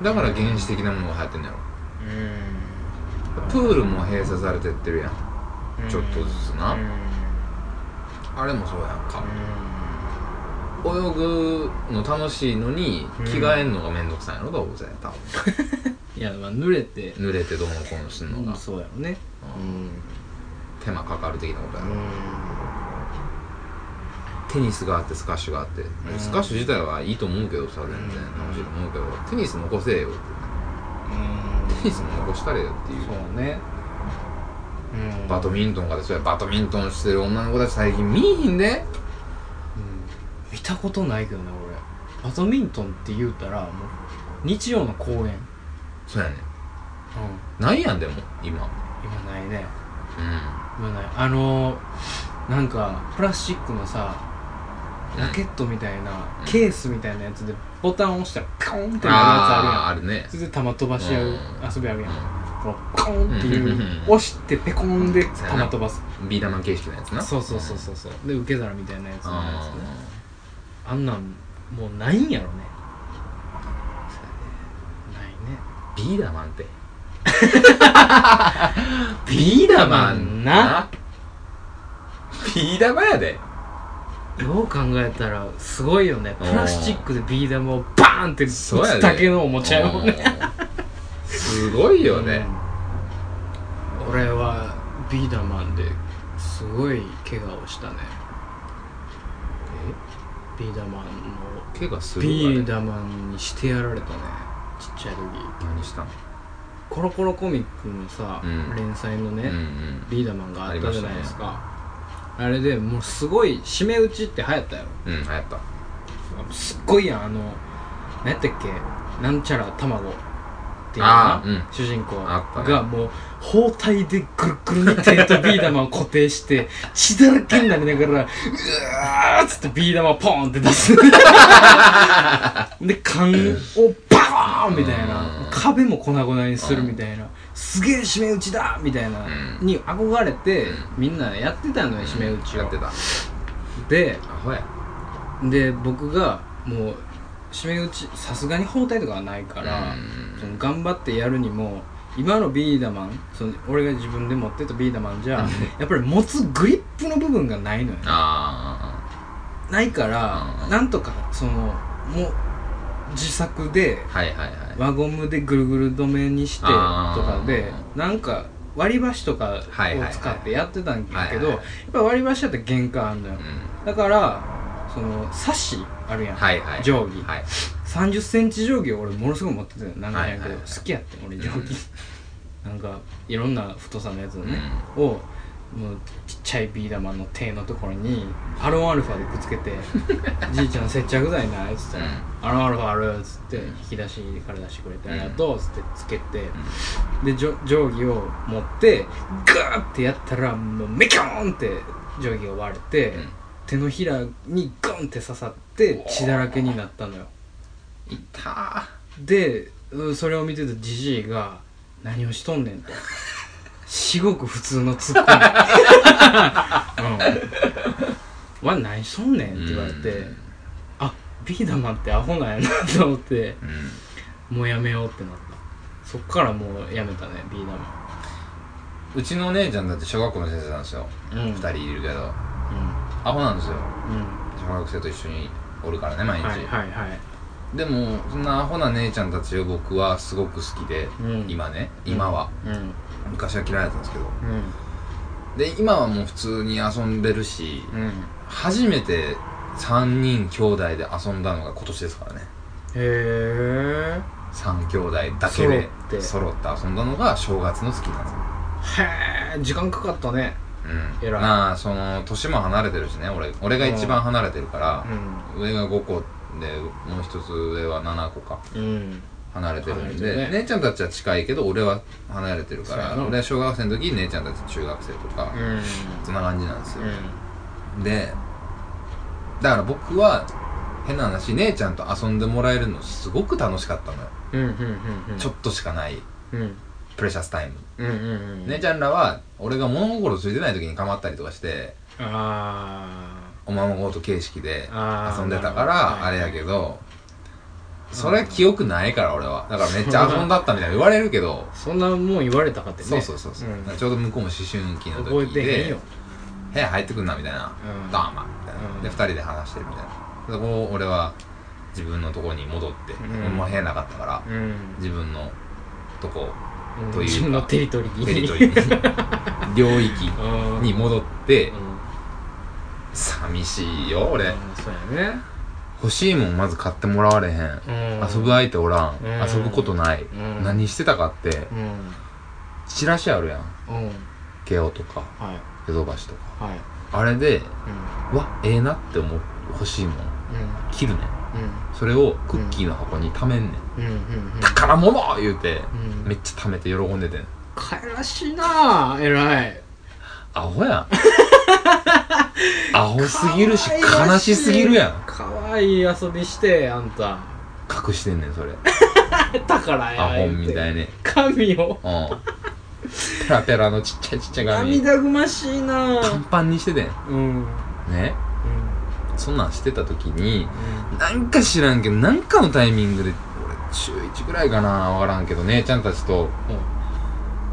Speaker 2: うだから原始的なものが流行ってんのやろ
Speaker 1: う
Speaker 2: プールも閉鎖されてってるやん
Speaker 1: ん
Speaker 2: ちょっとずつな
Speaker 1: うんうん
Speaker 2: あれもそうやんか泳ぐの楽しいのに
Speaker 1: うん
Speaker 2: 着替えんのがめんどくさいのが大勢多分
Speaker 1: いやまあ濡れて
Speaker 2: 濡れてどうのこうのすんの
Speaker 1: う
Speaker 2: が
Speaker 1: んそうやろねうん
Speaker 2: 手間かかる的なことやろ
Speaker 1: う
Speaker 2: テニスがあってスカッシュがあって
Speaker 1: ん
Speaker 2: スカッシュ自体はいいと思うけどさ全然
Speaker 1: うん
Speaker 2: 楽しいと思うけどテニス残せよって
Speaker 1: ん
Speaker 2: テニスも残したれよっていう
Speaker 1: そうねうん
Speaker 2: バドミントンがですねバドミントンしてる女の子たち最近見いひんで
Speaker 1: うん見たことないけどね俺バドミントンって言うたらもう日曜の公演
Speaker 2: そうやねないやんでも今
Speaker 1: 今ないね
Speaker 2: う
Speaker 1: 今ないあのーなんかプラスチックのさ
Speaker 2: ん
Speaker 1: ラケットみたいな、ケースみたいなやつでボタンを押したらカーンってなるやつ
Speaker 2: ああ
Speaker 1: あ
Speaker 2: あるね
Speaker 1: るやんそれで球飛ばし合う、
Speaker 2: うん
Speaker 1: 遊びあるやん、
Speaker 2: う
Speaker 1: このカーンっていう、
Speaker 2: うん
Speaker 1: 押してペコンで球
Speaker 2: そうやな
Speaker 1: 飛ばす
Speaker 2: んビー玉形式のやつな
Speaker 1: そうそうそうそうそうで受け皿みたいなやつのや
Speaker 2: あ
Speaker 1: つねあんなんもうないんやろねないね
Speaker 2: ービーダマンってビーダマン
Speaker 1: な
Speaker 2: ビー玉やで
Speaker 1: よう考えたらすごいよね
Speaker 2: う
Speaker 1: プ
Speaker 2: ん
Speaker 1: ラスチックでビー玉をバーンって打
Speaker 2: そうやで
Speaker 1: つだけのおもちゃやもんね
Speaker 2: うんすごいよね
Speaker 1: うん俺はビーダマンですごい怪我をしたねビーダマンの
Speaker 2: 怪我する
Speaker 1: ビー
Speaker 2: ダ
Speaker 1: ダマンにしてやられたねちっちゃい時
Speaker 2: 何したの
Speaker 1: コロコロコミックのさ、
Speaker 2: うん
Speaker 1: 連載のね、
Speaker 2: うんうん
Speaker 1: ビーダマンがあったじゃないですかあ,、れでもうすごい締め打ちって流行ったよ
Speaker 2: うん流行った
Speaker 1: すっごいやんあの何やったっけなんちゃら卵っていう
Speaker 2: あ
Speaker 1: な、
Speaker 2: ーうん
Speaker 1: 主人公
Speaker 2: あったね
Speaker 1: がもう包帯でぐるぐるにテントビー玉を固定して血だらけになりながらうわーっつってビー玉ポーンって出
Speaker 2: (laughs)
Speaker 1: すで缶をバーンみたいな
Speaker 2: うん
Speaker 1: 壁も粉々にするみたいなすげえ締め打ちだみたいな
Speaker 2: うん
Speaker 1: に憧れてみんなやってたのよ締め打ち
Speaker 2: や
Speaker 1: を
Speaker 2: ってた
Speaker 1: で
Speaker 2: アホや
Speaker 1: で僕がもう締め打ちさすがに包帯とかはないから、
Speaker 2: うん
Speaker 1: その頑張ってやるにも今のビーダマンその俺が自分で持ってたビーダマンじゃやっぱり持つグリップの部分がないのよ
Speaker 2: あ
Speaker 1: ないから、
Speaker 2: うん
Speaker 1: なんとかそのもう自作で
Speaker 2: あはいはいはい
Speaker 1: 輪ゴムでぐるぐる止めにしてと
Speaker 2: あー
Speaker 1: かでなんか割り箸とかを
Speaker 2: はいはいはい
Speaker 1: 使ってやってたんやけど
Speaker 2: はいはい
Speaker 1: や
Speaker 2: は
Speaker 1: っぱ割り箸だったら限界あんのよ
Speaker 2: う
Speaker 1: だからそのサッシあるやん、
Speaker 2: はいはい
Speaker 1: 定規、
Speaker 2: はい
Speaker 1: 3 0ンチ定規を俺ものすごい持ってたよなんかやけど、
Speaker 2: はいはいはい
Speaker 1: 好きやってん俺定規、なんかいろんな太さのやつをね、をもうちっちゃいビー玉の手のところにアロンアルファでくっつけ
Speaker 2: (laughs)
Speaker 1: て「じいちゃん接着剤ない」っつったら
Speaker 2: うん
Speaker 1: 「アロンアルファある」っつって引き出しから出してくれて「ありがとう」っつってつけてでじょ定規を持ってガーってやったらもうメキョーンって定規が割れて
Speaker 2: うん
Speaker 1: 手のひらにゴンって刺さって血だらけになったのよ
Speaker 2: いったー
Speaker 1: でうんそれを見てたじじいが「何をしとんねん」と至極普通のツッコミ「うん、わ何しとんねん」って言われて
Speaker 2: うん
Speaker 1: 「あビーダマンってアホなんやな」と思って
Speaker 2: うん
Speaker 1: もうやめようってなったそっからもうやめたねビーダマ
Speaker 2: うちのお姉ちゃんだって小学校の先生なんですよ
Speaker 1: ンうん
Speaker 2: 二人いるけど
Speaker 1: う
Speaker 2: アホなんですよ
Speaker 1: んうん
Speaker 2: 小学生と一緒におるからね毎日、
Speaker 1: はいはいはい
Speaker 2: でもそんなアホな姉ちゃんたちを僕はすごく好きで、
Speaker 1: うん
Speaker 2: 今ね今は、
Speaker 1: うん
Speaker 2: 昔は嫌いだったんですけど
Speaker 1: うん
Speaker 2: で今はもう普通に遊んでるし、
Speaker 1: うん
Speaker 2: 初めて3人兄弟で遊んだのが今年ですからね
Speaker 1: へえ
Speaker 2: 3兄弟だけ
Speaker 1: 揃っ
Speaker 2: で
Speaker 1: て
Speaker 2: 揃って遊んだのが正月の月なんですよ
Speaker 1: へえ時間かかったね
Speaker 2: うん、
Speaker 1: 偉い
Speaker 2: まあその年も離れてるしね俺俺が一番離れてるから、上が5個でもう一つ上は7個か
Speaker 1: うんうん
Speaker 2: 離れてるん
Speaker 1: 離れ
Speaker 2: で、
Speaker 1: てるね
Speaker 2: 姉ちゃんたちは近いけど俺は離れてるか
Speaker 1: そうや
Speaker 2: ら
Speaker 1: な
Speaker 2: 俺は小学生の時に姉ちゃんたち中学生とか、
Speaker 1: うん
Speaker 2: そんな感じなんですよ、
Speaker 1: う
Speaker 2: でだから僕は変な話姉ちゃんと遊んでもらえるのすごく楽しかったのよ、
Speaker 1: んうんうんうん
Speaker 2: ちょっとしかない
Speaker 1: うん
Speaker 2: プレシャスタイム、
Speaker 1: うんうんうん
Speaker 2: 姉ちゃんらは俺が物心ついてない時にかまったりとかして
Speaker 1: あ
Speaker 2: おままごと形式で
Speaker 1: あー
Speaker 2: 遊んでた
Speaker 1: な
Speaker 2: か
Speaker 1: るほ
Speaker 2: ら
Speaker 1: ど
Speaker 2: あれやけどそれは記憶ないから俺はだからめっちゃ遊んだったみたいな言われる
Speaker 1: (laughs)
Speaker 2: けど
Speaker 1: あそんなもん言われたかってね
Speaker 2: そうそうそうそう、
Speaker 1: ん
Speaker 2: ちょうど向こうも思春期の
Speaker 1: 覚
Speaker 2: 時
Speaker 1: えてへん
Speaker 2: で
Speaker 1: よ
Speaker 2: 部屋入ってくんなみたい
Speaker 1: う
Speaker 2: な、
Speaker 1: ん
Speaker 2: どうもみたいな、
Speaker 1: うん
Speaker 2: で2人で話してるみたいなでこう俺は自分のとこに戻って、
Speaker 1: ん
Speaker 2: 俺もう部屋なかったから、
Speaker 1: うん
Speaker 2: 自分のとこというか
Speaker 1: 自分のテリトリーに
Speaker 2: テリトリ
Speaker 1: (laughs)
Speaker 2: ーに領域
Speaker 1: うん
Speaker 2: に戻って、
Speaker 1: うん
Speaker 2: 寂しいよ俺
Speaker 1: うんそうやね
Speaker 2: 欲しいもんまず買ってもらわれへん、
Speaker 1: うん
Speaker 2: 遊ぶ相手おらん、
Speaker 1: うん
Speaker 2: 遊ぶことない、
Speaker 1: うん
Speaker 2: 何してたかって
Speaker 1: うん
Speaker 2: チラシあるやん
Speaker 1: うん
Speaker 2: 慶応とか
Speaker 1: はい
Speaker 2: ヨドバシとか
Speaker 1: はい
Speaker 2: あれで
Speaker 1: う
Speaker 2: うわええなって思う欲しいもん
Speaker 1: ん
Speaker 2: 切るねん
Speaker 1: うん
Speaker 2: それをクッキーの箱に貯めんねん、
Speaker 1: うんうんうん
Speaker 2: 宝物言うて、
Speaker 1: うん
Speaker 2: めっちゃ貯めて喜んでてん
Speaker 1: かやらしいなあ偉い
Speaker 2: アホやんアホすぎるし
Speaker 1: かわいら
Speaker 2: 悲しすぎるやん
Speaker 1: かわいい遊びしてあんた
Speaker 2: 隠してんねんそれ
Speaker 1: 宝や
Speaker 2: アホみた
Speaker 1: い
Speaker 2: いね
Speaker 1: 神を
Speaker 2: うんペラペラのちっちゃいちっちゃい紙
Speaker 1: 涙ぐましいな
Speaker 2: パン
Speaker 1: あ
Speaker 2: パンにしててん
Speaker 1: うん
Speaker 2: ね
Speaker 1: う
Speaker 2: そんなんしてた時に
Speaker 1: ん
Speaker 2: なんか知らんけどなんかのタイミングで俺中1ぐらいかなわからんけど姉ちゃんたちと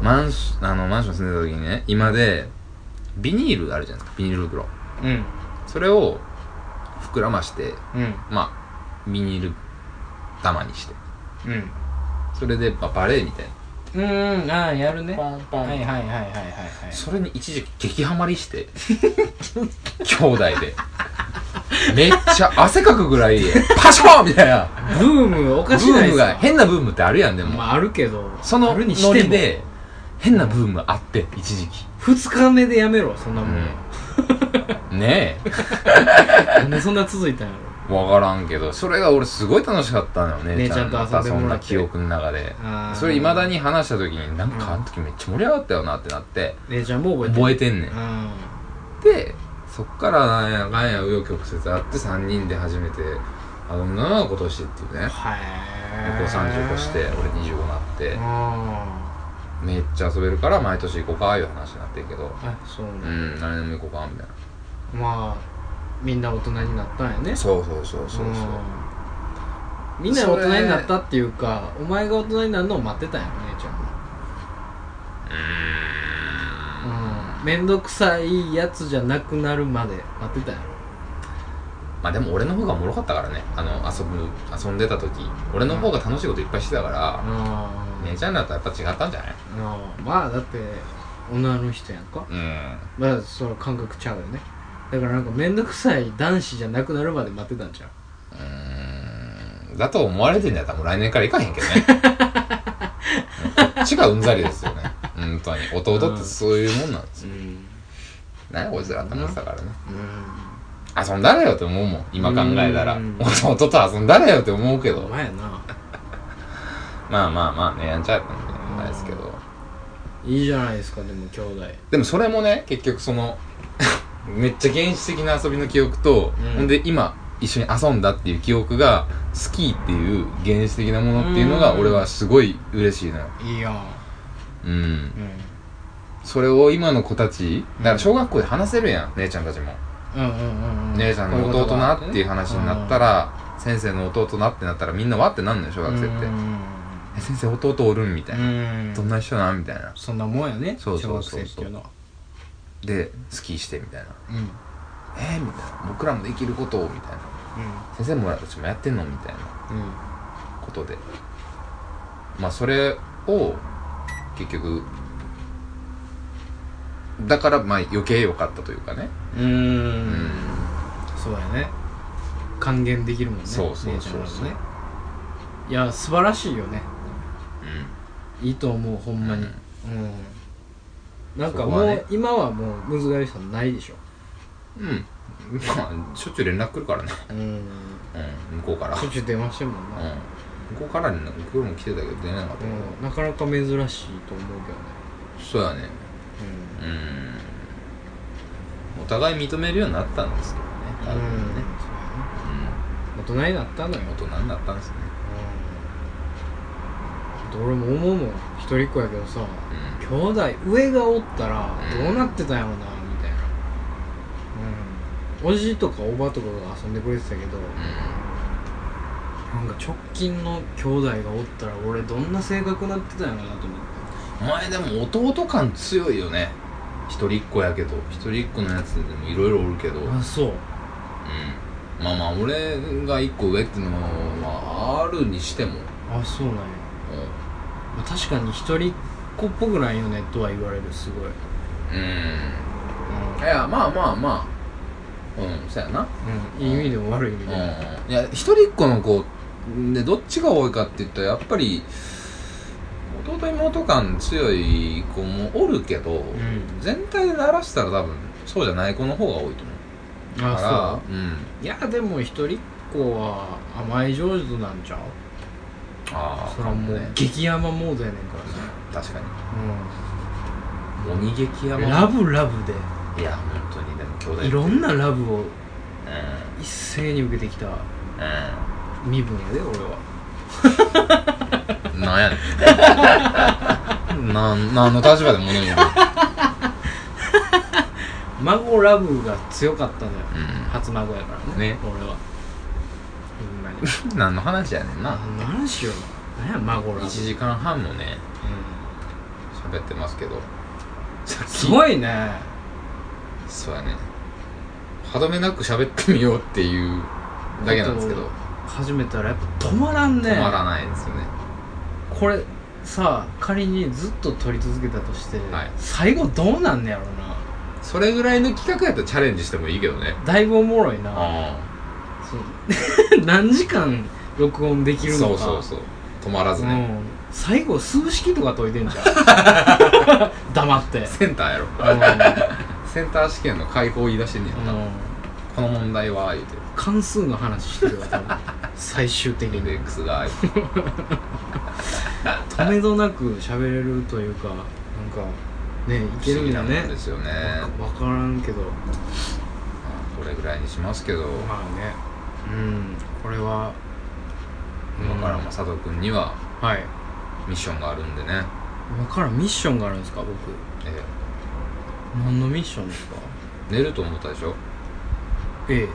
Speaker 2: マンションあのマンション住んでた時にね今でビニールあるじゃないですかビニール袋
Speaker 1: うん
Speaker 2: それを膨らまして
Speaker 1: うん
Speaker 2: まあビニール玉にして
Speaker 1: うん
Speaker 2: それで、まあ、バレエみたいな
Speaker 1: うんうんああやるね
Speaker 2: ンポ
Speaker 1: はいはいはいはいはいはい
Speaker 2: それに一時期激ハマりして兄弟でめっちゃ汗かくぐらいパシコンみたいな
Speaker 1: ブームお
Speaker 2: ブ
Speaker 1: かしないで
Speaker 2: ーム
Speaker 1: す
Speaker 2: が
Speaker 1: か
Speaker 2: 変なブームってあるやんでも、
Speaker 1: まああるけど
Speaker 2: その
Speaker 1: ある
Speaker 2: ノ
Speaker 1: にして
Speaker 2: リ
Speaker 1: も
Speaker 2: で変なブームあって一時期
Speaker 1: 2日目でやめろそんなもん
Speaker 2: うんね
Speaker 1: なんでそんな続いたんやろ
Speaker 2: えわからんけどそれが俺すごい楽しかったのよね
Speaker 1: 姉ちゃんと遊んでもらって
Speaker 2: そんな記憶の中で
Speaker 1: あー
Speaker 2: それ未だに話した時になんかあの時めっちゃ盛り上がったよなってなって
Speaker 1: 姉ちゃんも覚えてる
Speaker 2: 覚えてんねん
Speaker 1: うん
Speaker 2: でそっからなんやかんや紆余曲折あって3人で初めてあの女の子としてっていうね
Speaker 1: はい
Speaker 2: 僕35して俺25なっ
Speaker 1: う
Speaker 2: て
Speaker 1: んあ
Speaker 2: めっちゃ遊べるから毎年行こうかいう話になってるけど
Speaker 1: そう
Speaker 2: う
Speaker 1: ね
Speaker 2: ん何でも行こうかみたいな
Speaker 1: まあみんな大人になったんやね
Speaker 2: そうそうそうそうそう
Speaker 1: うんみんな大人になったっていうかお前が大人になるのを待ってたんやろ姉ちゃんはうん面倒くさいやつじゃなくなるまで待ってたんやろ
Speaker 2: まあでも俺の方がおもろかったからねあの遊ぶ遊んでた時俺の方が楽しいこといっぱいしてたから
Speaker 1: あ
Speaker 2: 姉ちゃんだったらやっぱ違ったんじゃない
Speaker 1: あまあだって女の人やんか
Speaker 2: うん
Speaker 1: まあその感覚ちゃうよねだからなんか面倒くさい男子じゃなくなるまで待ってたんちゃう
Speaker 2: うーんだと思われてんだったらもう来年から行かへんけどねうんこっちがうんざりですよね本当に弟ってそういうもんなんです
Speaker 1: う
Speaker 2: よ、
Speaker 1: ん
Speaker 2: なんやこいつらって思ってたからね
Speaker 1: うん
Speaker 2: 遊んだらよって思うもん今考えたら
Speaker 1: うん
Speaker 2: 弟と遊んだらよって思うけ
Speaker 1: お
Speaker 2: ど
Speaker 1: 前やな
Speaker 2: まあまあまあねやんちゃったんでないですけど
Speaker 1: いいじゃないですかでも兄弟
Speaker 2: でもそれもね結局その (laughs) めっちゃ原始的な遊びの記憶と、
Speaker 1: うん
Speaker 2: ほんで今一緒に遊んだっていう記憶がスキーっていう原始的なものっていうのが
Speaker 1: うん
Speaker 2: 俺はすごい嬉しいのよ
Speaker 1: いいやん
Speaker 2: うん
Speaker 1: う
Speaker 2: それを今の子たちだから小学校で話せるやん姉ちゃんたちも、
Speaker 1: んうんうんうん
Speaker 2: 姉ちゃんの弟なっていう話になったら、先生の弟なってなったらみんなわってなんのよ小学生って、
Speaker 1: う
Speaker 2: え先生弟おるんみたいな、
Speaker 1: ん
Speaker 2: どんな人なんみたいな
Speaker 1: そんなもんやね
Speaker 2: そうそ
Speaker 1: 小
Speaker 2: うそうそう
Speaker 1: 学生っていうのは
Speaker 2: でスキーしてみたいな
Speaker 1: うんうん
Speaker 2: えー、みたいな僕らもできることをみたいな先生も私もやってんのみたいな
Speaker 1: うん
Speaker 2: ことでまあそれを結局だからまあ余計良かったというかね
Speaker 1: うーんそうやね還元できるもんね
Speaker 2: そうそうそう
Speaker 1: 姉ちゃん
Speaker 2: そう
Speaker 1: らもねいや素晴らしいよねいいと思うほんまにうん、なんか
Speaker 2: そこ
Speaker 1: もう、
Speaker 2: はね
Speaker 1: 今はもう難しさないでしょ
Speaker 2: うん、うん、まあしょっちゅう連絡来るからね、
Speaker 1: うん
Speaker 2: うん、向こうから
Speaker 1: しょっちゅう電話してるもんな、
Speaker 2: うん向こうからに向こうも来てたけど出なかった、
Speaker 1: うん、なかなか珍しいと思う
Speaker 2: そうやね
Speaker 1: けどね
Speaker 2: うんお互い認めるようになったんですけどね
Speaker 1: う
Speaker 2: 多
Speaker 1: ん、うんそ
Speaker 2: 分ね、
Speaker 1: うやね大人になったのよ、
Speaker 2: うん、大人になったんですね
Speaker 1: うん、俺も思うもん一人っ子やけどさ、
Speaker 2: う
Speaker 1: 兄弟上がおったら
Speaker 2: うん
Speaker 1: どうなってたんやろなみたいなうんおじとかおばとかが遊んでくれてたけどなんか直近の兄弟がおったら俺どんな性格なってたんやろなと思っ
Speaker 2: うん、お前でも弟感強いよね一人っ子やけど一人っ子のやつでもいろいろおるけど、
Speaker 1: て
Speaker 2: うん、
Speaker 1: あそう
Speaker 2: まあまあ俺が一個上っていうのはまああるにしても、うん、
Speaker 1: あそうなんやまあ確かに一人っ子っぽくないよねとは言われるすごい
Speaker 2: うん
Speaker 1: う、
Speaker 2: いやまあまあまあうんそうやなん
Speaker 1: うん、いい意味でも悪い意味でも
Speaker 2: うんいや一人っ子の子でどっちが多いかって言ったらやっぱり弟妹感強い子もおるけど、
Speaker 1: ん
Speaker 2: 全体で鳴らしたら多分そうじゃない子の方が多いと思うだ
Speaker 1: あ
Speaker 2: からうん
Speaker 1: そういやでも一人っ子は甘え上手なんちゃう
Speaker 2: ああ
Speaker 1: そらもう激山モードやねんからさ
Speaker 2: 確かに
Speaker 1: う
Speaker 2: 鬼激山
Speaker 1: ん、ラブラブで
Speaker 2: いや本当にでも兄弟
Speaker 1: いろ
Speaker 2: うん
Speaker 1: んなラブを
Speaker 2: うん
Speaker 1: 一斉に受けてきた
Speaker 2: う
Speaker 1: 身分やで俺は
Speaker 2: んなんやね (laughs) んなんなんの立場で物言うの
Speaker 1: 孫ラブが強かったのよ、
Speaker 2: う
Speaker 1: 初孫やからね
Speaker 2: ね
Speaker 1: 俺はほんまに
Speaker 2: ん何の話やねんな
Speaker 1: 何しよう何や孫ラブ、うん、
Speaker 2: 1時間半もね喋ってますけどさっき
Speaker 1: すごいね
Speaker 2: そうやね歯止めなく喋ってみようっていうだけなんですけど、
Speaker 1: 始めたらやっぱ止まらんね
Speaker 2: 止まらないですよね
Speaker 1: これさ仮にずっと撮り続けたとして、
Speaker 2: はい
Speaker 1: 最後どうなんねやろな
Speaker 2: それぐらいの企画やったらチャレンジしてもいいけどね
Speaker 1: だいぶおもろいな
Speaker 2: あ
Speaker 1: そう (laughs) 何時間録音できるの
Speaker 2: そ
Speaker 1: か
Speaker 2: うそうそう止まらず
Speaker 1: う
Speaker 2: ね、
Speaker 1: ん、最後数式とか解いてんじゃ
Speaker 2: (laughs)
Speaker 1: ん黙って
Speaker 2: センターやろ
Speaker 1: う
Speaker 2: センター試験の解放言い出してんねやろ
Speaker 1: んう
Speaker 2: な、
Speaker 1: ん
Speaker 2: この問題は言うて
Speaker 1: 関数の話してるわ多分最終的
Speaker 2: インデ
Speaker 1: に
Speaker 2: ックスが
Speaker 1: 止めどなく喋れるというかなんかねいけるんだ
Speaker 2: 不思議なも
Speaker 1: ね
Speaker 2: んですよね
Speaker 1: わ分からんけど
Speaker 2: まあこれぐらいにしますけど、
Speaker 1: まあねうんこれは
Speaker 2: 今からも
Speaker 1: うん
Speaker 2: 佐藤君には
Speaker 1: はい
Speaker 2: ミッションがあるんでね、
Speaker 1: 今からミッションがあるんですか僕
Speaker 2: え
Speaker 1: 何のミッションですか
Speaker 2: ー寝ると思ったでしょ
Speaker 1: ええ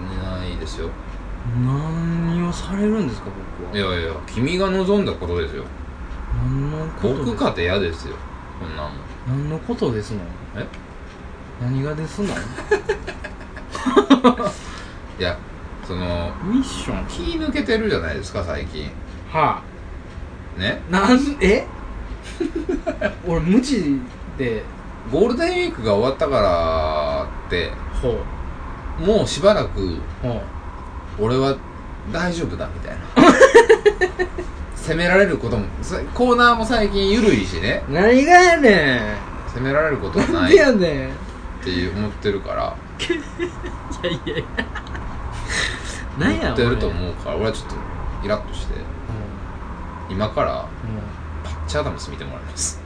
Speaker 2: 寝ないですよ
Speaker 1: 何をされるんですか僕はい
Speaker 2: やいや君が望んだことですよ
Speaker 1: 何のことです
Speaker 2: 僕かて嫌ですよこんなんもん
Speaker 1: 何のことですの
Speaker 2: え
Speaker 1: 何がですの
Speaker 2: いやその
Speaker 1: ミッション
Speaker 2: 気抜けてるじゃないですか最近
Speaker 1: はあ
Speaker 2: ね
Speaker 1: なん (laughs) え俺無知で
Speaker 2: ゴールデンウィークが終わったからって
Speaker 1: ほう
Speaker 2: もうしばらく
Speaker 1: ほ
Speaker 2: 俺は大丈夫だみたい (laughs) な責められることもそコーナーも最近緩いしね
Speaker 1: う何がやね
Speaker 2: 責められること
Speaker 1: んな
Speaker 2: なんい
Speaker 1: で
Speaker 2: っ
Speaker 1: やねんい
Speaker 2: ていう思ってるから
Speaker 1: やいやいや何や
Speaker 2: 思ってる
Speaker 1: う、
Speaker 2: と思うから俺はちょっとイラッとして今か
Speaker 1: う
Speaker 2: ら
Speaker 1: んうん
Speaker 2: パッチアダムス見てもらいます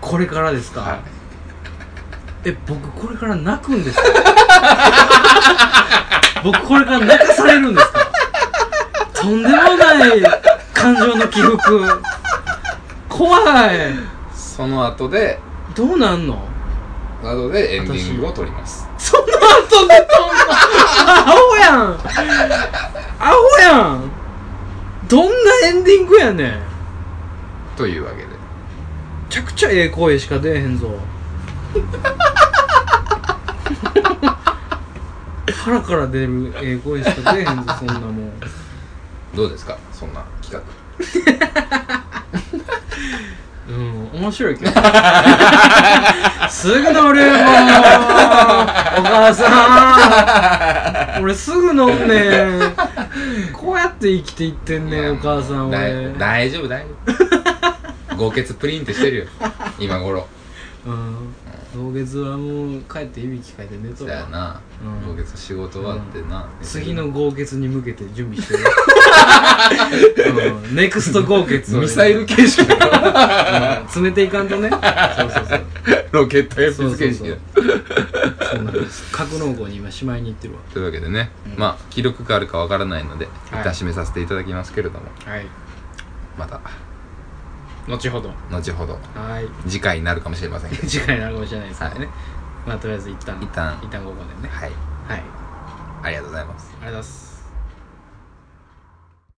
Speaker 1: これからですか、
Speaker 2: はい
Speaker 1: え僕これから泣くんですか (laughs) 僕これから泣かされるんですかとんでもない感情の起伏怖い
Speaker 2: その後で
Speaker 1: どうなんの
Speaker 2: などでエンディングを撮ります
Speaker 1: その後でどんなアホやんアホやんどんなエンディングやねんめ
Speaker 2: というわけで
Speaker 1: ちゃくちゃええ声しか出えへんぞ腹から出るええ声しか出えへんぞそんなもん
Speaker 2: どうですかそんな企画
Speaker 1: うん、面白いけど。すぐ乗るよ、もうお母さん俺すぐ乗んねん。こうやって生きていってんねん、お母さん、
Speaker 2: だい
Speaker 1: 俺。
Speaker 2: 大丈夫大丈
Speaker 1: (laughs)
Speaker 2: 夫豪傑プリンってしてるよ今頃
Speaker 1: うん。同月はもう帰っていびきかいて寝と
Speaker 2: そう
Speaker 1: る
Speaker 2: やな、
Speaker 1: うん
Speaker 2: 豪傑仕事終わってな、
Speaker 1: 次の豪傑に向けて準備
Speaker 2: (laughs)
Speaker 1: してる。うん、ネクスト豪傑を
Speaker 2: ミサイル形式だろ
Speaker 1: うん詰めていかん
Speaker 2: (laughs)
Speaker 1: とね。そうそうそう。
Speaker 2: ロケット鉛筆形式だ
Speaker 1: そうなんです。格納庫に今しまいに行ってるわ。
Speaker 2: というわけでね、
Speaker 1: うん
Speaker 2: まあ記録があるかわからないので一
Speaker 1: い
Speaker 2: 旦締めさせていただきますけれども、
Speaker 1: はい。
Speaker 2: また
Speaker 1: 後ほど。
Speaker 2: 後ほど
Speaker 1: はい。 (laughs)
Speaker 2: 次回になるかもしれませんけど
Speaker 1: 次回になるかもしれないですけどね、
Speaker 2: は
Speaker 1: まあとりあえず一旦
Speaker 2: 一旦
Speaker 1: 一旦ここでね
Speaker 2: はい
Speaker 1: はいありがとう
Speaker 2: ありがとうございます
Speaker 1: ございます